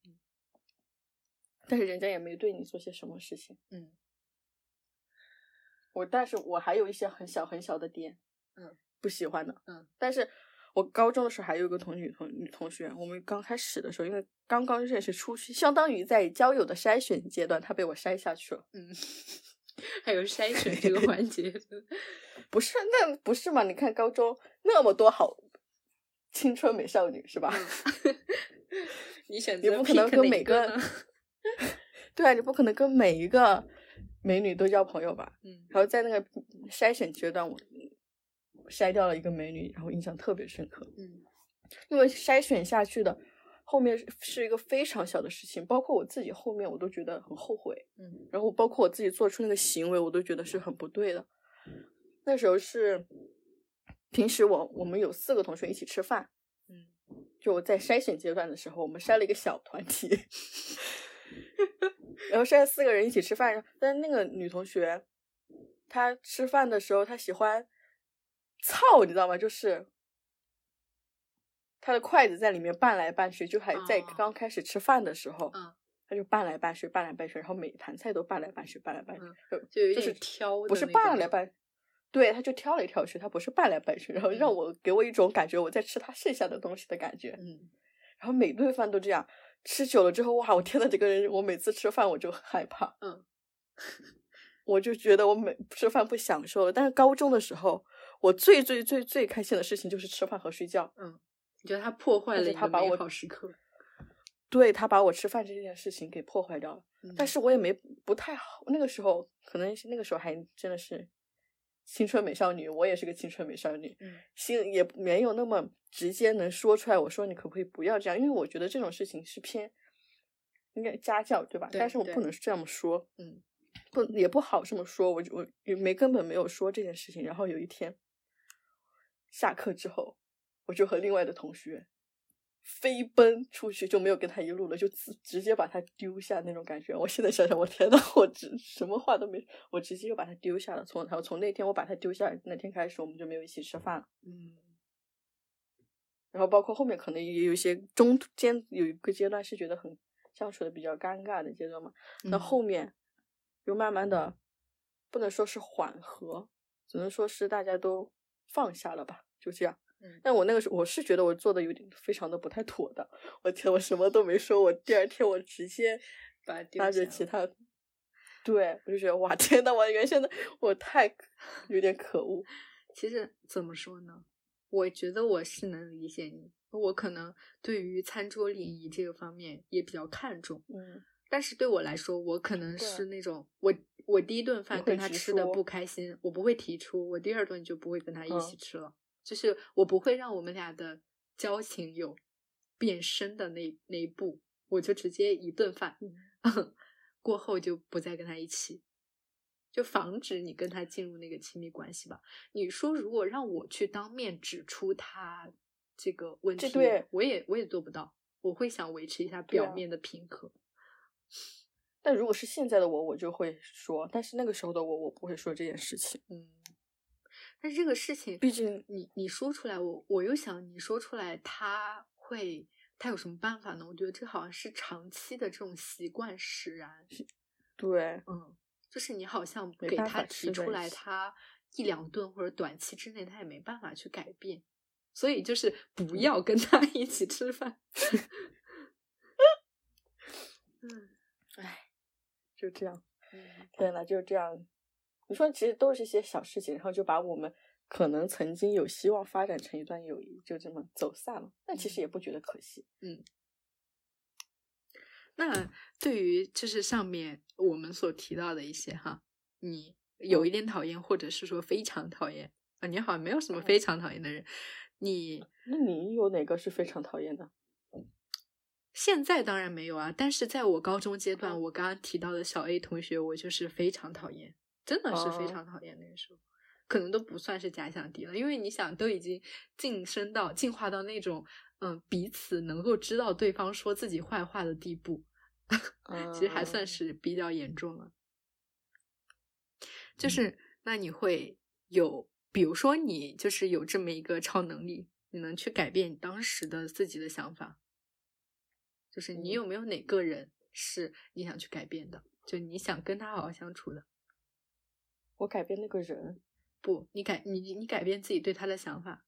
S1: 但是人家也没对你做些什么事情。
S2: 嗯，
S1: 我但是我还有一些很小很小的点，
S2: 嗯，
S1: 不喜欢的，
S2: 嗯，
S1: 但是我高中的时候还有一个同女同女同学，我们刚开始的时候，因为刚刚认识初期，相当于在交友的筛选阶段，她被我筛下去了。
S2: 嗯，还有筛选这个 环节，
S1: 不是，那不是嘛？你看高中那么多好青春美少女是吧？
S2: 嗯
S4: 你选
S1: 你
S4: 择
S1: 不可
S4: pick
S1: 能跟
S4: 哪
S1: 每
S4: 一个呢？
S1: 对啊，你不可能跟每一个美女都交朋友吧？
S4: 嗯，
S1: 然后在那个筛选阶段，我筛掉了一个美女，然后印象特别深刻。
S2: 嗯，
S1: 因为筛选下去的后面是是一个非常小的事情，包括我自己后面我都觉得很后悔。
S4: 嗯，
S1: 然后包括我自己做出那个行为，我都觉得是很不对的。那时候是平时我我们有四个同学一起吃饭，
S4: 嗯，
S1: 就我在筛选阶段的时候，我们筛了一个小团体， 然后筛了四个人一起吃饭，但是那个女同学她吃饭的时候她喜欢操，你知道吗？就是。她的筷子在里面拌来拌去，就还在
S2: 哦
S1: 刚开始吃饭的时候，
S2: 嗯
S1: 他就拌来拌去，拌来拌去，然后每一盘菜都拌来拌去，拌来拌去，
S2: 嗯
S1: 就
S2: 就有
S1: 就是
S2: 点挑的
S1: 不是
S2: 那种
S1: 拌来拌，对，他就挑来挑去，他不是拌来拌去，然后让
S4: 嗯
S1: 我给我一种感觉我在吃他剩下的东西的感觉，
S4: 嗯，
S1: 然后每顿饭都这样，吃久了之后，哇，我天呐，这个人，我每次吃饭我就很害怕，
S2: 嗯，
S1: 我就觉得我每吃饭不享受了，但是高中的时候，我最最最最开心的事情就是吃饭和睡觉，
S2: 你觉得他破坏
S1: 但
S2: 了
S1: 是
S2: 你
S1: 他
S2: 的
S1: 把
S2: 美
S1: 我
S2: 好时刻？
S1: 对他把我吃饭这件事情给破坏掉了。但
S2: 嗯
S1: 是我也没不太好，那个时候可能是那个时候还真的是青春美少女，我也是个青春美少女，
S4: 嗯
S1: 心也没有那么直接能说出来。我说你可不可以不要这样？因为我觉得这种事情是偏应该家教对吧？
S4: 对
S1: 但是我
S4: 对
S1: 不能这么说，
S4: 嗯，
S1: 不也不好这么说。我就我也没根本没有说这件事情。然后有一天下课之后，我就和另外的同学。飞奔出去就没有跟他一路了，就直直接把他丢下那种感觉。我现在想想，我天呐， 我直什么话都没，我直接就把他丢下了。从然后从那天我把他丢下那天开始，我们就没有一起吃饭了。
S2: 嗯
S1: 然后包括后面可能也有一些中途间有一个阶段是觉得很相处的比较尴尬的阶段嘛，那
S2: 嗯
S1: 后面又慢慢的不能说是缓和，只能说是大家都放下了吧，就这样。
S4: 嗯
S1: 但我那个时候我是觉得我做的有点非常的不太妥的，我天，我什么都没说，我第二天我直接
S4: 把它丢
S1: 拉着
S4: 下
S1: 其
S4: 了
S1: 他，对我就觉得哇天呐，我原先的我太有点可恶，
S2: 其实怎么说呢？我觉得我是能理解你，我可能对于餐桌礼仪这个方面也比较看重，
S1: 嗯
S2: 但是对我来说，我可能
S1: 对
S2: 是那种我我第一顿饭
S1: 会
S2: 跟他
S1: 直
S2: 吃的
S1: 说
S2: 不开心，我不会提出，我第二顿就不会跟他一
S1: 嗯
S2: 起吃了，就是我不会让我们俩的交情有变深的那那一步，我就直接一顿饭、
S1: 嗯
S2: 过后就不再跟他一起，就防止你跟他进入那个亲密关系吧。你说如果让我去当面指出他这个问
S1: 这
S2: 题，
S1: 对
S2: 我也我也做不到，我会想维持一下
S1: 对
S2: 表
S1: 啊
S2: 面的平和。
S1: 但如果是现在的我，我就会说；但是那个时候的我，我不会说这件事情。
S2: 嗯，但是这个事情，
S1: 毕竟
S2: 你你说出来，我我又想你说出来，他会他有什么办法呢？我觉得这好像是长期的这种习惯使然。
S1: 对，
S2: 嗯，就是你好像
S1: 没
S2: 给
S1: 办
S2: 他
S1: 法
S2: 提
S1: 吃在
S2: 出
S1: 一
S2: 来，
S1: 起
S2: 他一两顿或者短期之内他也没办法去改变，所以就是
S1: 嗯
S2: 不要跟他 一起 吃饭。嗯
S1: 就这样。
S2: 嗯
S1: 天呐，就是这样。你说，其实都是一些小事情，然后就把我们可能曾经有希望发展成一段友谊，就这么走散了。但其实也不觉得可惜。
S2: 那对于就是上面我们所提到的一些哈，你有一点讨厌，或者是说非常讨厌啊，你好像没有什么非常讨厌的人。你
S1: 那你有哪个是非常讨厌的？
S2: 现在当然没有啊，但是在我高中阶
S1: 嗯
S2: 段，我刚刚提到的小 A 同学，我就是非常讨厌，真的是非
S1: 哦
S2: 常讨厌那个时候。可能都不算是假想敌了，因为你想都已经晋升到进化到那种嗯彼此能够知道对方说自己坏话的地步， 其实还算
S1: 嗯
S2: 是比较严重了。
S1: 嗯
S2: 就是那你会有，比如说你就是有这么一个超能力，你能去改变你当时的自己的想法，就是你
S1: 嗯
S2: 有没有哪个人是你想去改变的？就你想跟他好好相处的，
S1: 我改变那个人，
S2: 不，你改你你改变自己对他的想法，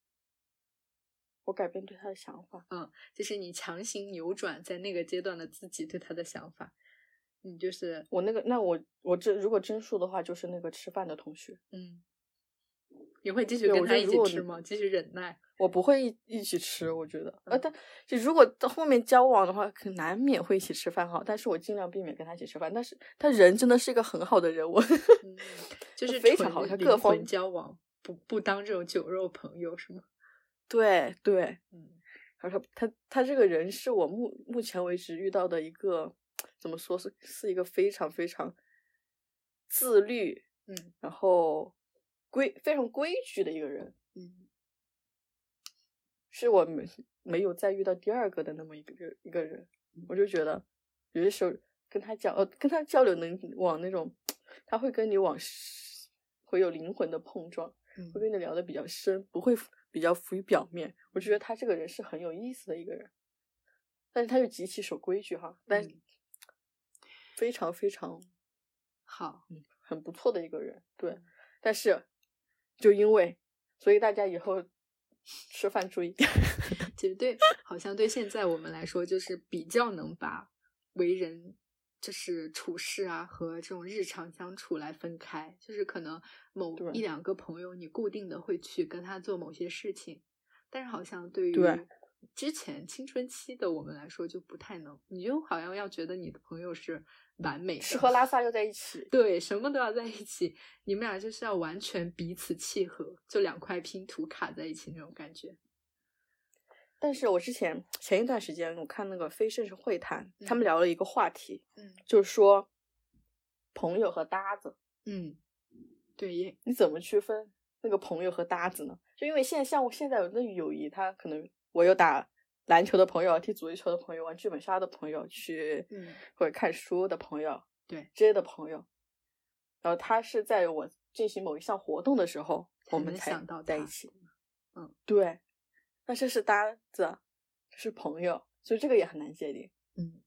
S1: 我改变对他的想法。
S2: 就是你强行扭转在那个阶段的自己对他的想法，你就是
S1: 我那个，那我我这如果真数的话，就是那个吃饭的同学，
S2: 嗯，你会继续
S1: 对
S2: 跟
S1: 我
S2: 他
S1: 觉得
S2: 一
S1: 如
S2: 起
S1: 果
S2: 吃
S1: 你
S2: 吗？继续忍耐？
S1: 我不会一一起吃，我觉得，
S2: 嗯
S1: 呃，但就如果到后面交往的话，可难免会一起吃饭哈，但是我尽量避免跟他一起吃饭。但是他人真的是一个很好的人，我
S2: 嗯， 就是
S1: 呃非常
S2: 纯
S1: 好，他
S2: 灵
S1: 各
S2: 魂
S1: 方
S2: 交往，不不当这种酒肉朋友是吗？
S1: 对对，
S2: 嗯，
S1: 他说他他这个人是我目目前为止遇到的一个怎么说是是一个非常非常自律，
S2: 嗯，
S1: 然后规非常规矩的一个人，
S2: 嗯，
S1: 是我没没有再遇到第二个的那么一个一个人，我就觉得有些时候跟他讲，呃，跟他交流能往那种，他会跟你往深会有灵魂的碰撞，
S2: 嗯
S1: 会跟你聊的比较深，不会浮比较浮于表面。我觉得他这个人是很有意思的一个人，但是他又极其守规矩哈，但是
S2: 嗯
S1: 非常非常
S2: 好，
S1: 很不错的一个人，
S2: 嗯
S1: 对，但是就因为，所以大家以后吃饭 注意点。
S2: 绝对好像对现在我们来说，就是比较能把为人就是处事啊和这种日常相处来分开，就是可能某
S1: 对
S2: 一两个朋友，你固定的会去跟他做某些事情，但是好像对于
S1: 对
S2: 之前青春期的我们来说就不太能，你就好像要觉得你的朋友是完美的，
S1: 吃喝拉撒又在一起，
S2: 对，什么都要在一起，你们俩就是要完全彼此契合，就两块拼图卡在一起那种感觉。
S1: 但是我之前前一段时间我看那个非正式会谈，他
S2: 嗯
S1: 们聊了一个话题，
S2: 嗯
S1: 就是说朋友和搭子，
S2: 嗯，对，也
S1: 你怎么区分那个朋友和搭子呢？就因为现在像我现在有那友谊，他可能我有打篮球的朋友，啊踢足球的朋友，玩剧本杀的朋友，去、
S2: 嗯
S1: 或者看书的朋友，
S2: 对
S1: 这些的朋友，然后他是在我进行某一项活动的时候，我
S2: 才
S1: 们
S2: 能
S1: 才
S2: 想到
S1: 在
S2: 他
S1: 一起。
S2: 嗯，
S1: 对，那这是搭子，啊这是朋友，所以这个也很难界定。
S2: 嗯，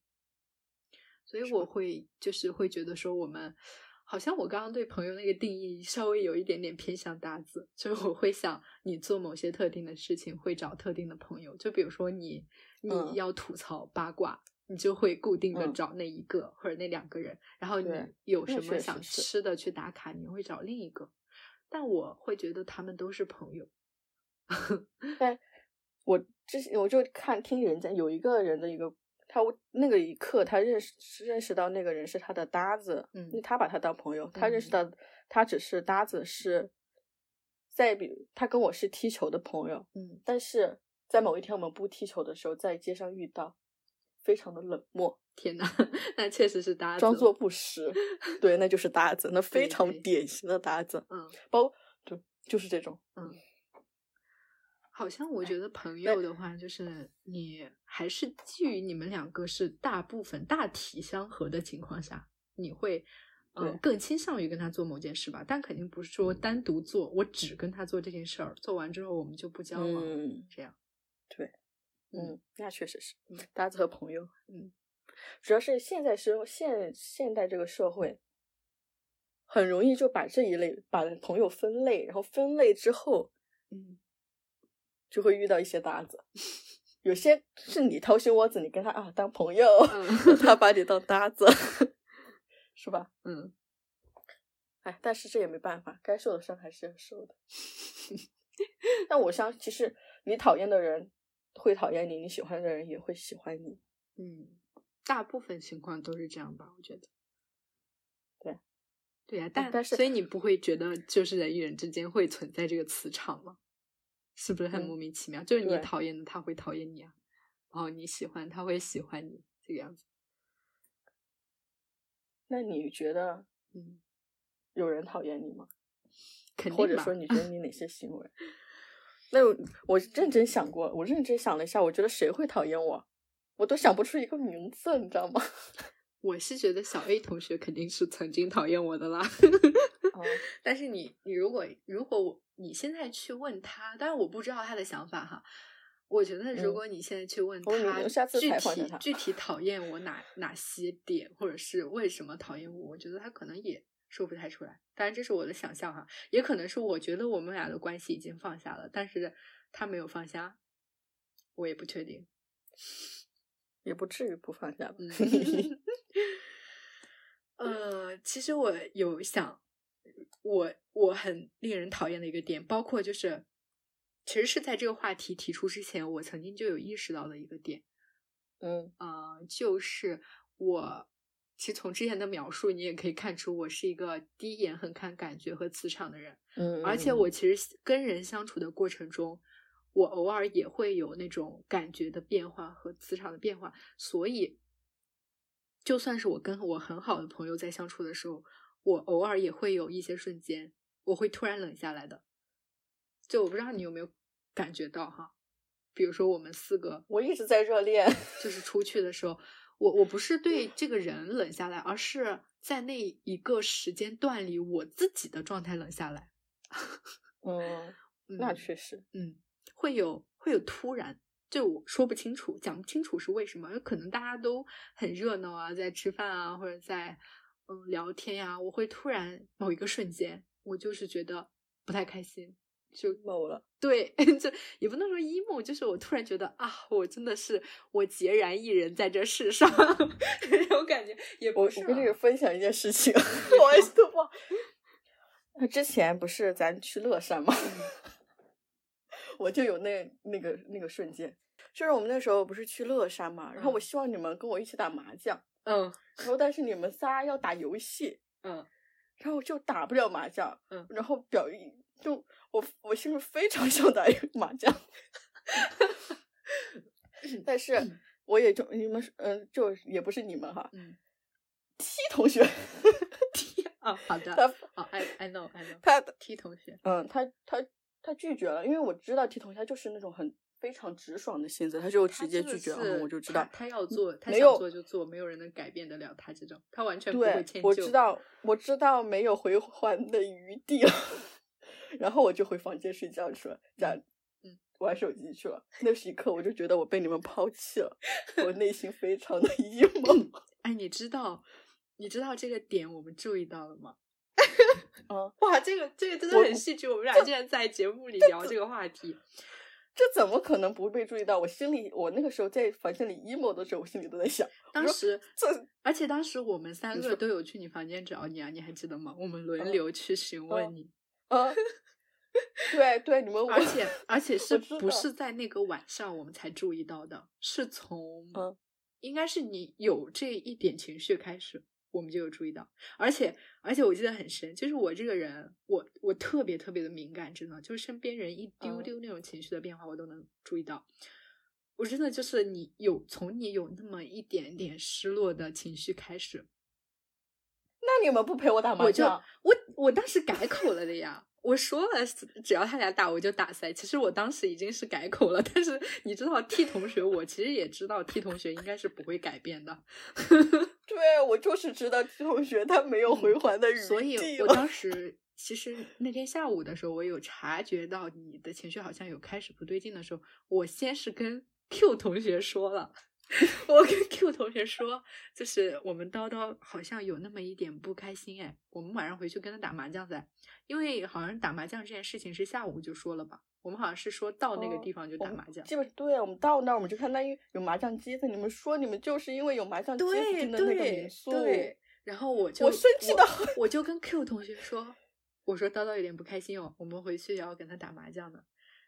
S2: 所以
S1: 是
S2: 我
S1: 吧
S2: 会就是会觉得说我们。好像我刚刚对朋友那个定义稍微有一点点偏向搭子，就是我会想你做某些特定的事情会找特定的朋友，就比如说你你
S1: 嗯
S2: 要吐槽八卦，你就会固定的
S1: 嗯
S2: 找那一个或者那两个人，然后你
S1: 对
S2: 有
S1: 那
S2: 什
S1: 确
S2: 么
S1: 实
S2: 想
S1: 是
S2: 吃的去打卡，你会找另一个。但我会觉得他们都是朋友，
S1: 我之前我就看听人家有一个人的一个，他那个一刻他认识认识到那个人是他的搭子，
S2: 嗯
S1: 因为他把他当朋友，他认识
S2: 嗯
S1: 到他只是搭子是，在比他跟我是踢球的朋友，
S2: 嗯
S1: 但是在某一天我们不踢球的时候，在街上遇到，非常的冷漠，
S2: 天呐，那确实是搭子
S1: 装
S2: 了
S1: 作不 识，对，那就是搭子，那非
S2: 对
S1: 常
S2: 对
S1: 典型的搭子，
S2: 嗯，
S1: 包对就是这种，
S2: 好像
S1: 哎
S2: 我觉得朋友的话，就是你还是基于你们两个是大部分大体相合的情况下，你会呃
S1: 对
S2: 更倾向于跟他做某件事吧，但肯定不是说单独做，我只跟他做这件事儿，做完之后我们就不交往了，
S1: 嗯
S2: 这样。嗯
S1: 嗯，那确实是
S2: 嗯，
S1: 搭子和朋友，
S2: 嗯，
S1: 主要是现在是现现代这个社会，很容易就把这一类把朋友分类，然后分类之后
S2: 嗯，
S1: 就会遇到一些搭子，有些是你掏心窝子，你跟他啊当朋友，
S2: 嗯
S1: 他把你当搭子， 是吧？
S2: 嗯，
S1: 哎，但是这也没办法，该受的伤还是要受的。 但我相其实你讨厌的人会讨厌你，你喜欢的人也会喜欢你。
S2: 嗯，大部分情况都是这样吧，我觉得。
S1: 对，哎
S2: 对呀、但
S1: 但是
S2: 所以你不会觉得就是人与人之间会存在这个磁场吗？是不是很
S1: 嗯
S2: 莫名其妙？就是你
S1: 对
S2: 讨厌的他会讨厌你啊，然后你喜欢他会喜欢你这个样子。
S1: 那你觉得
S2: 嗯，
S1: 有人讨厌你吗？
S2: 肯定吧。
S1: 或者说你觉得你哪些行 为？那我我认真想过，我认真想了一下，我觉得谁会讨厌我，我都想不出一个名字，你知道吗？
S2: 我是觉得小 A 同学肯定是曾经讨厌我的啦。
S1: 啊，
S2: 但是你你如果如果我你现在去问他，当然我不知道他的想法哈。我觉得如
S1: 嗯
S2: 果你现在去问
S1: 我
S2: 他，
S1: 我下次
S2: 具
S1: 采访一下
S2: 体
S1: 他
S2: 具体讨厌我哪哪些点，或者是为什么讨厌我，我觉得他可能也说不太出来。当然这是我的想象哈，也可能是我觉得我们俩的关系已经放下了，但是他没有放下，我也不确定。
S1: 也不至于不放下吧。
S2: 嗯，呃，其实我有想我我很令人讨厌的一个点，包括就是其实是在这个话题提出之前，我曾经就有意识到的一个点，
S1: 嗯
S2: 呃，就是我其实从之前的描述你也可以看出，我是一个第一眼很看感觉和磁场的人，
S1: 嗯，
S2: 而且
S1: 嗯
S2: 我其实跟人相处的过程中，我偶尔也会有那种感觉的变化和磁场的变化，所以就算是我跟我很好的朋友在相处的时候，我偶尔也会有一些瞬间，我会突然冷下来的。就我不知道你有没有感觉到哈，比如说我们四个
S1: 我一直在热恋，
S2: 就是出去的时候，我我不是对这个人冷下来，而是在那一个时间段里我自己的状态冷下来。
S1: 嗯，
S2: 嗯、
S1: 那确实，
S2: 嗯，会有会有突然，就我说不清楚，讲不清楚是为什么，有可能大家都很热闹啊，在吃饭啊，或者在嗯聊天呀、我会突然某一个瞬间，我就是觉得不太开心，就
S1: 某了，
S2: 对， 就也不能说 emo，就是我突然觉得啊，我真的是我孑然一人在这世上，
S4: 这种感觉也
S1: 我
S4: 不是啊
S1: 我跟这
S2: 啊
S4: 了
S1: 个分享一件 事情，我都忘。之前不是咱去乐山吗？ 我就有那那个那个瞬间，就是我们那时候不是去乐山嘛，然后我
S4: 嗯
S1: 希望你们跟我一起打麻将，
S4: 嗯
S1: 然后但是你们仨要打游戏，
S4: 嗯，
S1: 然后我就打不了麻将，
S4: 嗯
S1: 然后表就我我心里非常想打 麻将，但是
S4: 嗯
S1: 我也就你们嗯、呃就也不是你们哈，
S2: 嗯
S1: T 同学，
S2: 啊，好的，
S1: 他
S2: 好，I I know I know，
S1: 他
S2: T 同学，
S1: 嗯，他他他拒绝了，因为我知道 T 同学他就是那种很非常直爽的性子，他就
S2: 他
S1: 直接
S2: 这个
S1: 拒绝了，
S2: 是
S1: 嗯我就知
S2: 他
S1: 道。
S2: 他要做，他
S1: 没
S2: 想
S1: 有
S2: 做就做，没有人能改变得了他这种，他完全不会
S1: 对
S2: 迁，就。
S1: 我知，道，我知道没有回还的余地了， 然后我就回房间睡觉去了，假
S2: 嗯
S1: 玩手机去了。那时一刻，我就觉得我被你们抛弃了，我内心非常的 emo。
S2: 哎，你知道，你知道这个点我们注意到了 吗？
S1: 嗯，
S2: 哇，这个这个真的
S1: 我
S2: 很戏剧，我们俩竟然在节目里聊这个话题。
S1: 这怎么可能不被注意到？我心里，我那个时候在房间里 emo 的时候，我心里都在想，
S2: 当
S1: 说
S2: 时
S1: 这
S2: 而且当时我们三
S1: 你
S2: 个
S1: 说
S2: 都有去你房间找你啊，你还记得吗？我们轮
S1: 嗯
S2: 流去询问
S1: 嗯
S2: 你，
S1: 啊，对对，你们我
S2: 而 且而且是
S1: 我知
S2: 不
S1: 道
S2: 是在那个晚上我们才注意到的？是从
S1: 嗯
S2: 应该是你有这一点情绪开始，我们就有注意到。而且而且我记得很深，就是我这个人，我我特别特别的敏感，真的就是身边人一丢
S1: 嗯
S2: 丢那种情绪的变化，我都能注意到。我真的就是你有从你有那么一点点失落的情绪开始，
S1: 那你们不陪我打麻
S2: 我就
S1: 将？
S2: 我我当时改口了的呀，我说了只要他俩打我就打塞。其实我当时已经是改口了，但是你知道 T 同学，我其实也知道 T 同学应该是不会改变的，
S1: 对，我就是知道这同学他没有哦回还的余地了。
S2: 嗯所以我 当时其实那天下午的时候，我有察觉到你的情绪好像有开始不对劲的时候，我先是跟 Q 同学说了。 我跟 Q 同学说，就是我们叨叨好像有那么一点不开心哎，我们晚上回去跟他打麻将噻，因为好像打麻将这件事情是下午就说了吧，我们好像是说到那个
S1: 哦
S2: 地方就
S1: 我
S2: 打
S1: 们
S2: 麻将，
S1: 基本对我们到那儿我们就看那一有麻将机子，你们说你们就是因为有麻将机子进的那个民宿，
S2: 对，然后我就
S1: 我生气得很
S2: 我，我就跟 Q 同学说，我说叨叨有点不开心哦，我们回去也要跟他打麻将的。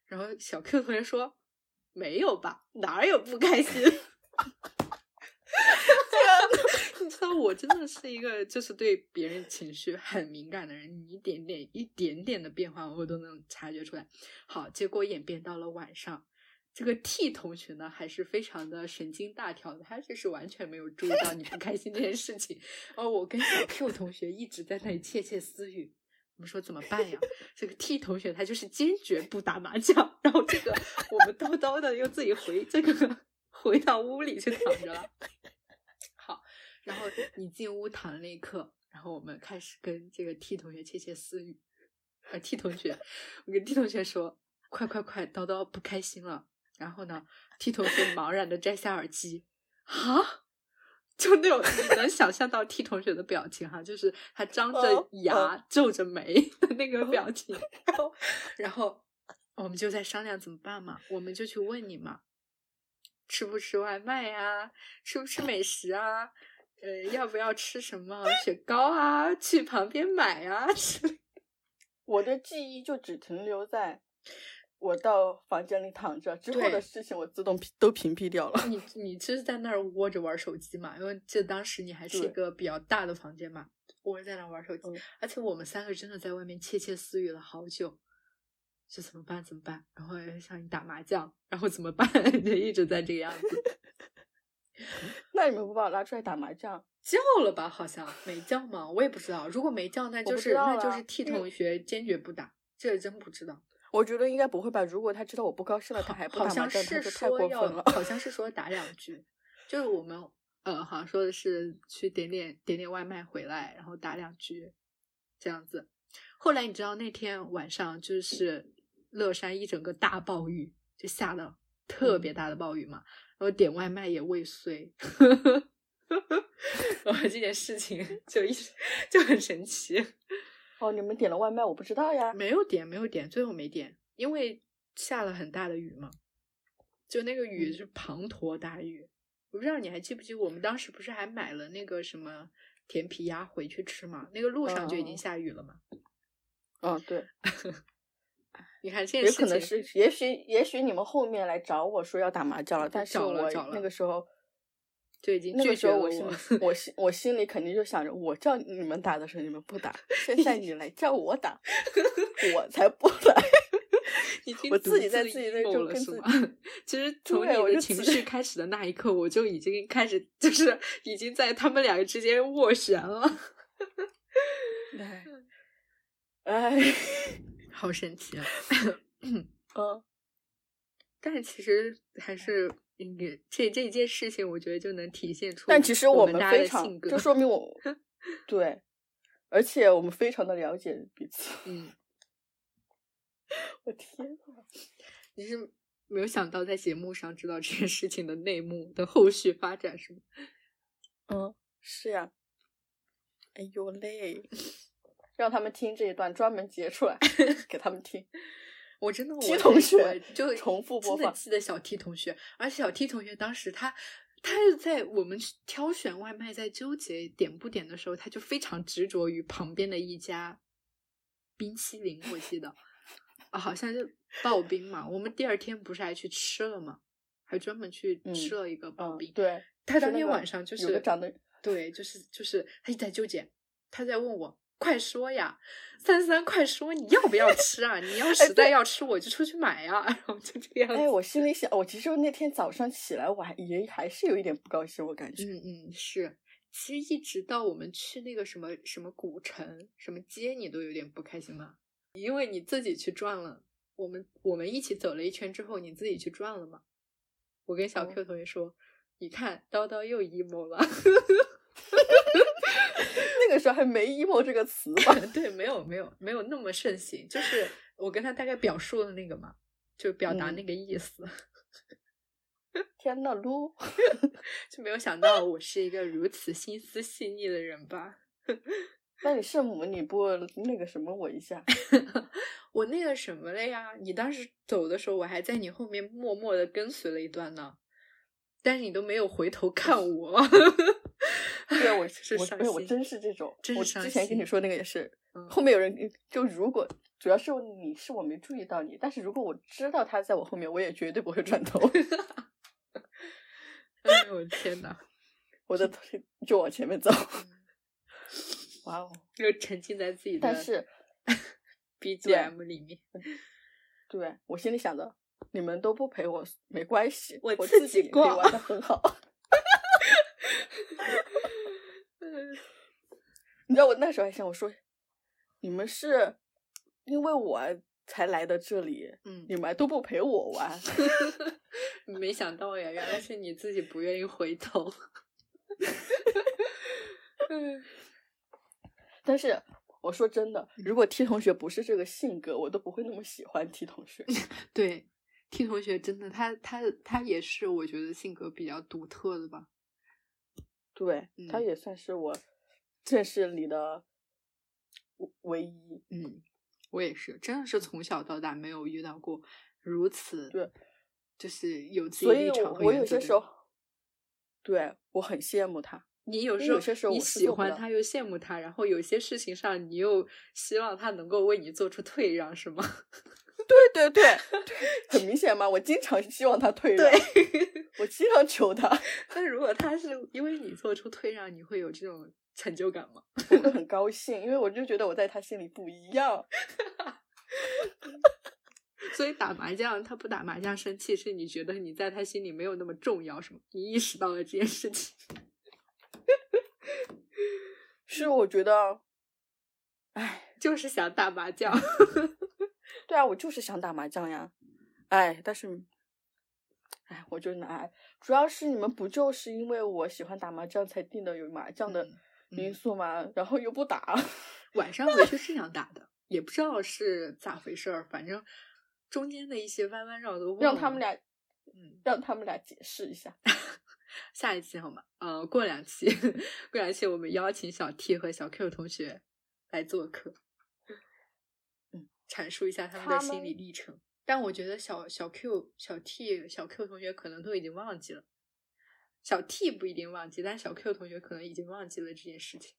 S2: 然后小 Q 同学说，没有吧，哪儿有不开心？ 你知道我真的是一个就是对别人情绪很敏感的人，你一点点一点点的变化我都能察觉出来。好，结果演变到了晚上，这个 T 同学呢还是非常的神经大条的，他就是完全没有注意到你不开心这件事情。而哦我跟小 Q 同学一直在那里窃窃私语。我们说怎么办呀？这个 T 同学他就是坚决不打麻将，然后这个我们叨叨的又自己回这个回到屋里去躺着了。好，然后你进屋躺的那一刻，然后我们开始跟这个 T 同学窃窃私语。呃，T 同学，我跟 T 同学说，快快快，叨叨不开心了。然后呢，T 同学茫然的摘下耳机，啊， 就那种你能想象到 T 同学的表情哈，就是他张着
S1: 哦
S2: 牙、皱着眉的那个表情。然后
S1: 哦，
S2: 然后我们就在商量怎么办嘛，我们就去问你嘛，吃不吃外卖呀、吃不吃美食啊？呃，要不要吃什么雪糕啊？去旁边买啊 之类。
S1: 我的记忆就只停留在我到房间里躺着之后
S2: 对
S1: 的事情，我自动屏都屏蔽掉了。
S2: 你你就是在那儿窝着玩手机嘛？因为记得当时你还是一
S1: 对
S2: 个比较大的房间嘛，我是在那儿玩手机，
S1: 嗯
S2: 而且我们三个真的在外面窃窃私语了好久，就怎么办怎么办？然后像你打麻将，然后怎么办？ 就一直在这个样子，
S1: 那你们不把我拉出来打麻将？
S2: 叫了吧？好像没叫吗？我也不知道。如果没叫，那
S1: 不
S2: 就是
S1: 知道
S2: 那就
S1: 啦
S2: 是 T
S1: 因为
S2: 同学坚决不打，这真不知道。
S1: 我觉得应该不会吧。如果他知道我不高兴了，他还不
S2: 好
S1: 打麻
S2: 像
S1: 将，
S2: 是
S1: 他就太
S2: 说
S1: 过
S2: 要。
S1: 分了
S2: 好像是说打两局，就是我们呃，好像说的是去点点点点外卖回来，然后打两局这样子。后来你知道那天晚上就是乐山一整个大暴雨，就下了特
S1: 嗯
S2: 别大的暴雨嘛，然后点外卖也未遂。 然后这件事情 就一直就很神奇，
S1: 哦，你们点了外卖，我不知道呀。
S2: 没有点，没有点，最后没点，因为下了很大的雨嘛，就那个
S1: 嗯
S2: 雨是滂沱大雨。我不知道你还记不记，我们当时不是还买了那个什么甜皮鸭回去吃嘛？那个路上就已经
S1: 哦
S2: 下雨了嘛。
S1: 嗯、对，
S2: 你看这件
S1: 也
S2: 事情，
S1: 可能是，也许，也许你们后面来找我说要打麻将了，但是
S2: 找
S1: 我
S2: 了找了
S1: 那个时候
S2: 就已经
S1: 那
S2: 拒
S1: 个时
S2: 绝
S1: 候
S2: 了
S1: 我心里，我心我心里肯定就想着，我叫你们打的时候你们不 打，现在你来叫我打，我才不打。
S2: 你听
S1: 我
S2: 独
S1: 自己在自己那
S2: emo
S1: 就
S2: 了
S1: 跟
S2: 是
S1: 自
S2: 吗？ 其实从
S1: 对我
S2: 你的
S1: 就
S2: 情
S1: 自
S2: 绪开始的那一刻，我就已经开始就是已经在他们两个之间斡旋了，
S1: 哎， 哎，
S2: 好神 奇啊！
S1: 嗯，
S2: 但是其实还是那个这这件事情，我觉得就能体现出，
S1: 但其实
S2: 我
S1: 们
S2: 大家
S1: 非
S2: 的
S1: 常
S2: 性，格，
S1: 就说明 我对，而且我们非常的了解彼此。
S2: 嗯，
S1: 我天呐，
S2: 你是没有想到在节目上知道这件事情的内幕的后续发展是吗？
S1: 嗯，是呀，哎呦 嘞，让他们听这一段，专门截出来给他们听。
S2: 我真的我
S1: T 同学
S2: 我就
S1: 重复播
S2: 真的
S1: 放
S2: 记得小 T 同学，而且小 T 同学当时他他在我们去挑选外卖在纠结点不点的时候，他就非常执着于旁边的一家冰淇淋，我记得啊，好像是刨冰嘛。我们第二天不是还去吃了吗？还专门去
S1: 嗯
S2: 吃了一个刨
S1: 嗯
S2: 冰，，
S1: 对，
S2: 他
S1: 是
S2: 当
S1: 那
S2: 天
S1: 个
S2: 晚上就
S1: 有个
S2: 是
S1: 长得
S2: 对，就是就是他一直在纠结，他在问我快说呀，三三快说你要不要吃啊？ 你要实在要吃我就出去买呀、 然后就这个样子。
S1: 哎， 我心里想，我其实那天早上起来，我还也还是有一点不高兴，我感觉。
S2: 嗯嗯是，其实一直到我们去那个什么什么古城什么街，你都有点不开心嘛，因为你自己去转了。我们我们一起走了一圈之后，你自己去转了嘛？我跟小
S1: 哦
S2: Q 同学说，你看叨叨又 emo 了。
S1: 那个时候还没 emo 这个词 吧？
S2: 对，没有没有没有那么盛行，就是我跟他大概表述了那个嘛，就表达
S1: 嗯
S2: 那个意思，
S1: 天呐，撸！
S2: 就没有想到我是一个如此心思细腻的人吧。
S1: 那你圣母，你不那个什么我一下？
S2: 我那个什么了呀，你当时走的时候，我还在你后面默默的跟随了一段呢，但是你都没有回头看我。
S1: 对，啊我
S2: 是
S1: 我
S2: 伤
S1: 对我
S2: 心
S1: 真是这种
S2: 真。是
S1: 我
S2: 伤
S1: 之前跟你
S2: 心
S1: 说那个也是，
S2: 嗯
S1: 后面有人就如果主要是你是我没注意到你，但是如果我知道他在我后面，我也绝对不会转头，
S2: 哎呦我的天哪，
S1: 我 的腿就往前面走。
S2: 嗯
S1: 哇哦！
S2: 又沉浸在自己的
S1: 但是
S2: BGM 里面，
S1: 对我心里想着，你们都不陪我没关系，
S2: 我
S1: 我
S2: 自
S1: 自
S2: 己
S1: 也可以
S2: 逛
S1: 玩的很好。 你知道我那时候还想，我说你们是因为我才来的这里，
S2: 嗯，
S1: 你们都不陪我玩，
S2: 没想到呀，原来是你自己不愿意回头。
S1: 但是。我说真的，
S2: 嗯
S1: 如果 T 同学不是这个性格，我都不会那么喜欢 T 同
S2: 嗯
S1: 学。
S2: 对，T 同学真的，他他他也是，我觉得性格比较独特的吧。
S1: 对，他
S2: 嗯
S1: 也算是我正式里的唯一。
S2: 嗯，我也是，真的是从小到大没有遇到过如此
S1: 对，
S2: 就是有自己
S1: 所以
S2: 立场
S1: 我
S2: 和
S1: 我
S2: 原
S1: 有
S2: 则
S1: 些
S2: 的
S1: 时候，对我很羡慕他，
S2: 你有
S1: 因为
S2: 时候
S1: 有些时候
S2: 你
S1: 我是
S2: 喜
S1: 做不
S2: 欢
S1: 到
S2: 他又羡慕他，然后有些事情上你又希望他能够为你做出退让，是吗？
S1: 对对对， 很明显嘛，我经常希望他退 让，我经常求他，
S2: 但如果他是因为你做出退让，你会有这种成就感吗？
S1: 我会很高兴，因为我就觉得我在他心里不一样。
S2: 所以打麻将，他不打麻将生气，是你觉得你在他心里没有那么重要，是吗？你意识到了这件事情。
S1: 是我觉得，哎，
S2: 就是想打麻将，
S1: 对啊，我就是想打麻将呀，哎，但是，哎，我就拿，主要是你们不就是因为我喜欢打麻将才定的有麻将的
S2: 嗯嗯
S1: 因素吗？然后又不打，
S2: 晚上回去是想打的，也不知道是咋回事儿，反正中间的一些弯弯绕的，
S1: 让他们俩，
S2: 嗯，
S1: 让他们俩解释一下。
S2: 下一期好吗？呃，过两期， 过两期我们邀请小 T 和小 Q 同学来做客，嗯，阐述一下他们的
S1: 他
S2: 心
S1: 们
S2: 理历程。但我觉得小小 Q、小 T、小 Q 同学可能都已经忘记了，小 T 不一定忘记，但小 Q 同学可能已经忘记了这件事情。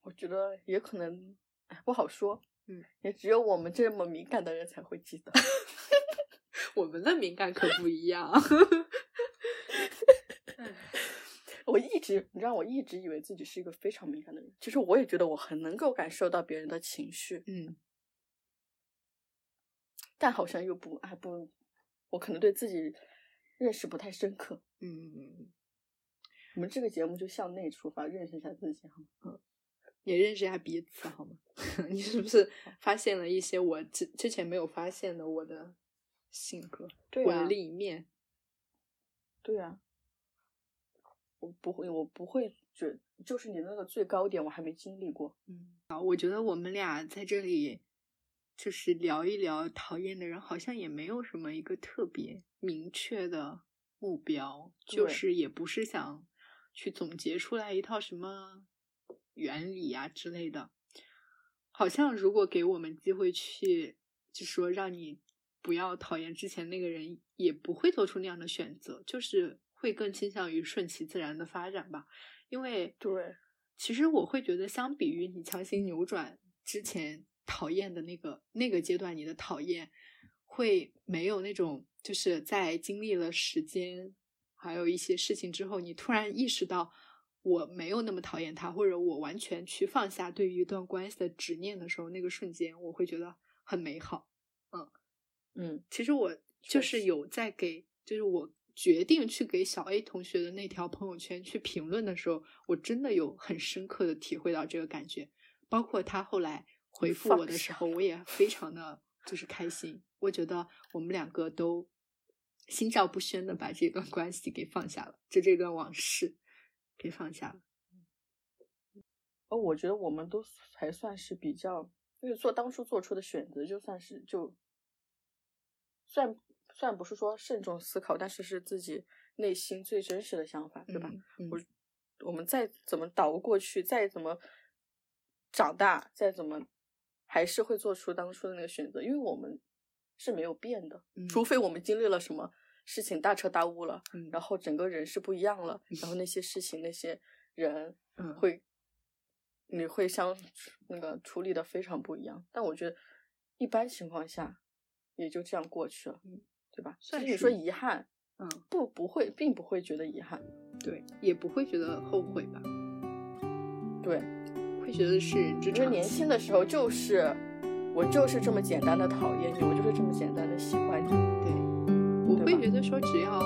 S1: 我觉得也可能，哎，不好说。
S2: 嗯，
S1: 也只有我们这么敏感的人才会记得。
S2: 我们的敏感可不一样。
S1: 我一直，你知道，我一直以为自己是一个非常敏感的人。其实我也觉得我很能够感受到别人的情绪，
S2: 嗯，
S1: 但好像又不，哎不，我可能对自己认识不太深刻。
S2: 嗯，
S1: 我们这个节目就向内出发，认识一下自己，好吗？
S2: 也认识一下彼此好吗？ 你是不是发现了一些我之之前没有发现的我的性格，
S1: 对
S2: 我的
S1: 啊
S2: 另一面？
S1: 对啊，我不会，我不会觉，就是你那个最高点，我还没经历过。
S2: 嗯，啊，我觉得我们俩在这里就是聊一聊讨厌的人，好像也没有什么一个特别明确的目标，就
S1: 对
S2: 是也不是想去总结出来一套什么原理啊之类的。好像如果给我们机会去，就说让你不要讨厌之前那个人，也不会做出那样的选择，就是会更倾向于顺其自然的发展吧。因为
S1: 对，
S2: 其实我会觉得，相比于你强行扭转之前讨厌的那个那个阶段，你的讨厌会没有那种，就是在经历了时间还有一些事情之后，你突然意识到我没有那么讨厌他，或者我完全去放下对于一段关系的执念的时候，那个瞬间我会觉得很美好。
S1: 嗯，
S2: 其实我就
S1: 确
S2: 是
S1: 实
S2: 有在给，就是我决定去给小 A 同学的那条朋友圈去评论的时候，我真的有很深刻的体会到这个感觉。包括他后来回复
S1: 放
S2: 我的时
S1: 下
S2: 候，我也非常的就是开心。我觉得我们两个都心照不宣的把这段关系给放下了，就这段往事给放下了。
S1: 而哦我觉得我们都还算是比较，就是做当初做出的选择，就算是就，算算不是说慎重思考，但是是自己内心最真实的想法，对吧？
S2: 嗯？嗯
S1: 我我们再怎么倒过去，再怎么长大，再怎么，还是会做出当初的那个选择，因为我们是没有变的，
S2: 嗯
S1: 除非我们经历了什么事情大彻大悟了，
S2: 嗯，
S1: 然后整个人是不一样了，然后那些事情、那些人
S2: 嗯
S1: 会，你会相那个处理的非常不一样。但我觉得一般情况下也就这样过去了，
S2: 嗯
S1: 对吧？所
S2: 算
S1: 以你
S2: 是
S1: 说遗憾，
S2: 嗯，
S1: 不不会，并不会觉得遗憾，
S2: 对，也不会觉得后悔吧，
S1: 对。
S2: 会觉得是人之
S1: 因为
S2: 常
S1: 年
S2: 情
S1: 轻。的时候就是，我就是这么简单的讨厌你，我就是这么简单的喜欢你。
S2: 对，我
S1: 对
S2: 会
S1: 吧
S2: 觉得说，只要